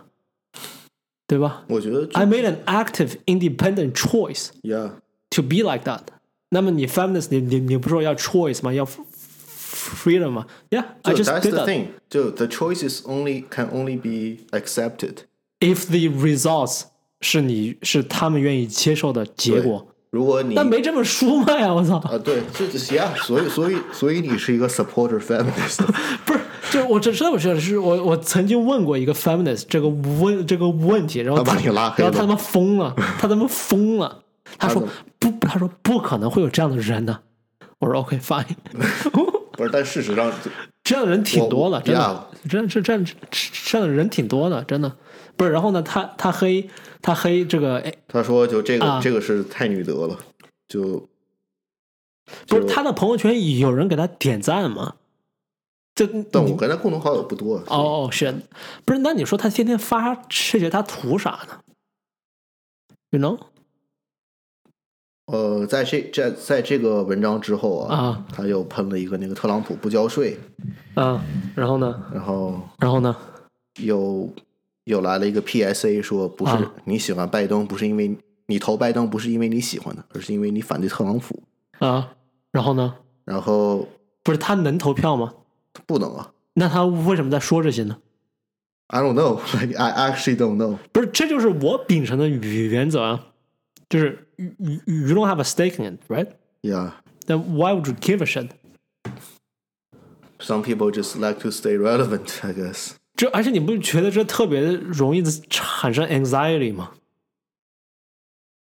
Speaker 1: 对吧
Speaker 2: 我觉得
Speaker 1: ？I made an active, independent choice.
Speaker 2: Yeah，
Speaker 1: to be like that。那么你 feminist，你你你不是说要 choice 吗？要 f- f- freedom 吗？Yeah，I
Speaker 2: 就
Speaker 1: just
Speaker 2: that's
Speaker 1: did
Speaker 2: the
Speaker 1: that.
Speaker 2: thing，就 the choice is only can only be accepted。
Speaker 1: If the results 是你是他们愿意接受的结果，
Speaker 2: 如果你
Speaker 1: 但没这本书卖啊！我操，
Speaker 2: 啊，对，这这 Yeah，所以所以所以你是一个 supporter feminist，
Speaker 1: 不是，就是我这这不是，是我我曾经问过一个 feminist 这个问这个问题，然后
Speaker 2: 他把你拉黑
Speaker 1: 然后他他
Speaker 2: 了
Speaker 1: 妈疯 了，他他妈疯了，他说
Speaker 2: 怎么
Speaker 1: 不，他说不可能会有这样的人呢、我说 OK fine，
Speaker 2: 不是？但事实上，
Speaker 1: 这样的人挺多的，
Speaker 2: 我
Speaker 1: 真的，真这这这这样的人挺多的，真的。不是，然后呢，他他黑他黑这个，哎，
Speaker 2: 他说就这个、
Speaker 1: 啊
Speaker 2: 这个是太女德了，就
Speaker 1: 不是
Speaker 2: 就
Speaker 1: 他的朋友圈有人给他点赞吗？这
Speaker 2: 但
Speaker 1: 你
Speaker 2: 我跟他共同好友不多，所以
Speaker 1: 嗯哦是，不是？那你说他天天发这些，他图啥呢？You know
Speaker 2: 呃，在这在在这个文章之后啊，
Speaker 1: 啊
Speaker 2: 他又喷了一个那个特朗普不交税，
Speaker 1: 啊，然后呢，
Speaker 2: 然后
Speaker 1: 然后呢，
Speaker 2: 又又来了一个 PSA 说，不是
Speaker 1: 啊
Speaker 2: 你喜欢拜登，不是因为你投拜登不是因为你喜欢的，而是因为你反对特朗普。
Speaker 1: 啊，然后呢，
Speaker 2: 然后
Speaker 1: 不是他能投票吗？
Speaker 2: 不能啊
Speaker 1: 那他为什么在说这些呢？
Speaker 2: ，I don't know, like I actually don't know。
Speaker 1: 不是，这就是我秉承的原原则啊，就是舆舆舆论 have a stake in it, right?
Speaker 2: Yeah,
Speaker 1: then why would you give a shit？
Speaker 2: some people just like to stay relevant, I guess.
Speaker 1: 这而且你不觉得这特别容易产生 anxiety 吗？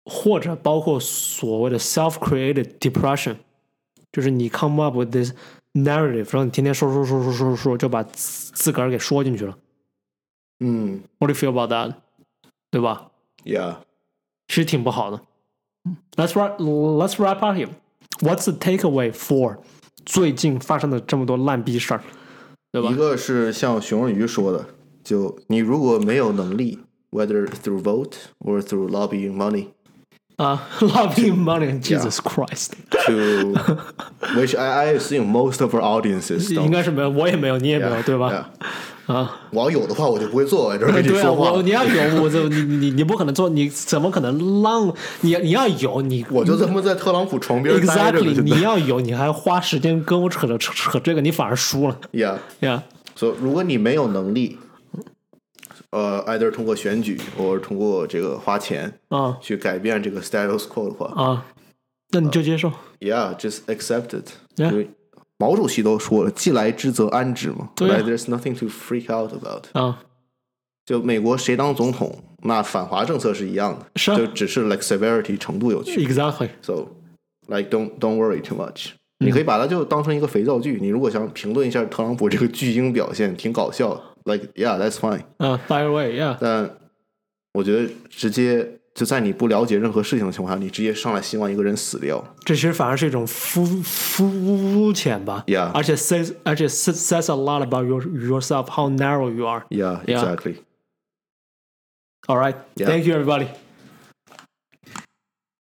Speaker 1: 或者包括所谓的 self-created depression，就是你 come up with this narrative，然后你天天说说说说说说，就把自自个儿给说进去了。
Speaker 2: 嗯
Speaker 1: What do you feel about that？对吧？
Speaker 2: ，Yeah，
Speaker 1: 其实挺不好的。Let's wrap Let's wrap up here. What's the takeaway for 最近发生的这么多烂逼事儿？对吧
Speaker 2: 一个是像熊二鱼说的，就你如果没有能力，whether through vote or through lobbying money。
Speaker 1: 啊、l o v i n g money, Jesus Christ！
Speaker 2: to which I, I assume most of our audiences
Speaker 1: 应
Speaker 2: don't.
Speaker 1: 该是没有，我也没有，你也没有
Speaker 2: Yeah,
Speaker 1: 对吧？
Speaker 2: 啊，我要有的话，我就不会坐在这儿跟你
Speaker 1: 对啊，
Speaker 2: 说话
Speaker 1: 我
Speaker 2: 了。
Speaker 1: 你要有，我就你你你你不可能做，你怎么可能浪？你你要有你
Speaker 2: 我就这么在特朗普床边待着
Speaker 1: exactly
Speaker 2: 呢。
Speaker 1: 你要有，你还花时间跟我扯扯扯扯这个，你反而输了
Speaker 2: Yeah，
Speaker 1: 呀。
Speaker 2: 所以如果你没有能力呃，either 通过选举，或者通过这个花钱
Speaker 1: 啊
Speaker 2: 去改变这个 status quo 的话
Speaker 1: 啊，那你就接受。
Speaker 2: ，yeah，just accept it。
Speaker 1: Yeah
Speaker 2: 就是毛主席都说了，“既来之则安之”嘛。
Speaker 1: 对啊
Speaker 2: Like there's nothing to freak out about。
Speaker 1: 啊，
Speaker 2: 就美国谁当总统，那反华政策是一样的，
Speaker 1: 是啊
Speaker 2: 就只是 like severity 程度有区别。
Speaker 1: Exactly，
Speaker 2: So like don't don't worry too much。你可以把它就当成一个肥皂剧。你如果想评论一下特朗普这个巨婴表现，挺搞笑的，like yeah that's fine。
Speaker 1: 啊，by the way，yeah，
Speaker 2: 但我觉得直接就在你不了解任何事情的情况下，你直接上来希望一个人死掉
Speaker 1: 这其实反而是一种肤肤肤浅吧
Speaker 2: Yeah
Speaker 1: 而且 says 而且 says says a lot about your yourself how narrow you are。
Speaker 2: ，yeah
Speaker 1: Yeah
Speaker 2: exactly。
Speaker 1: All right，thank you everybody。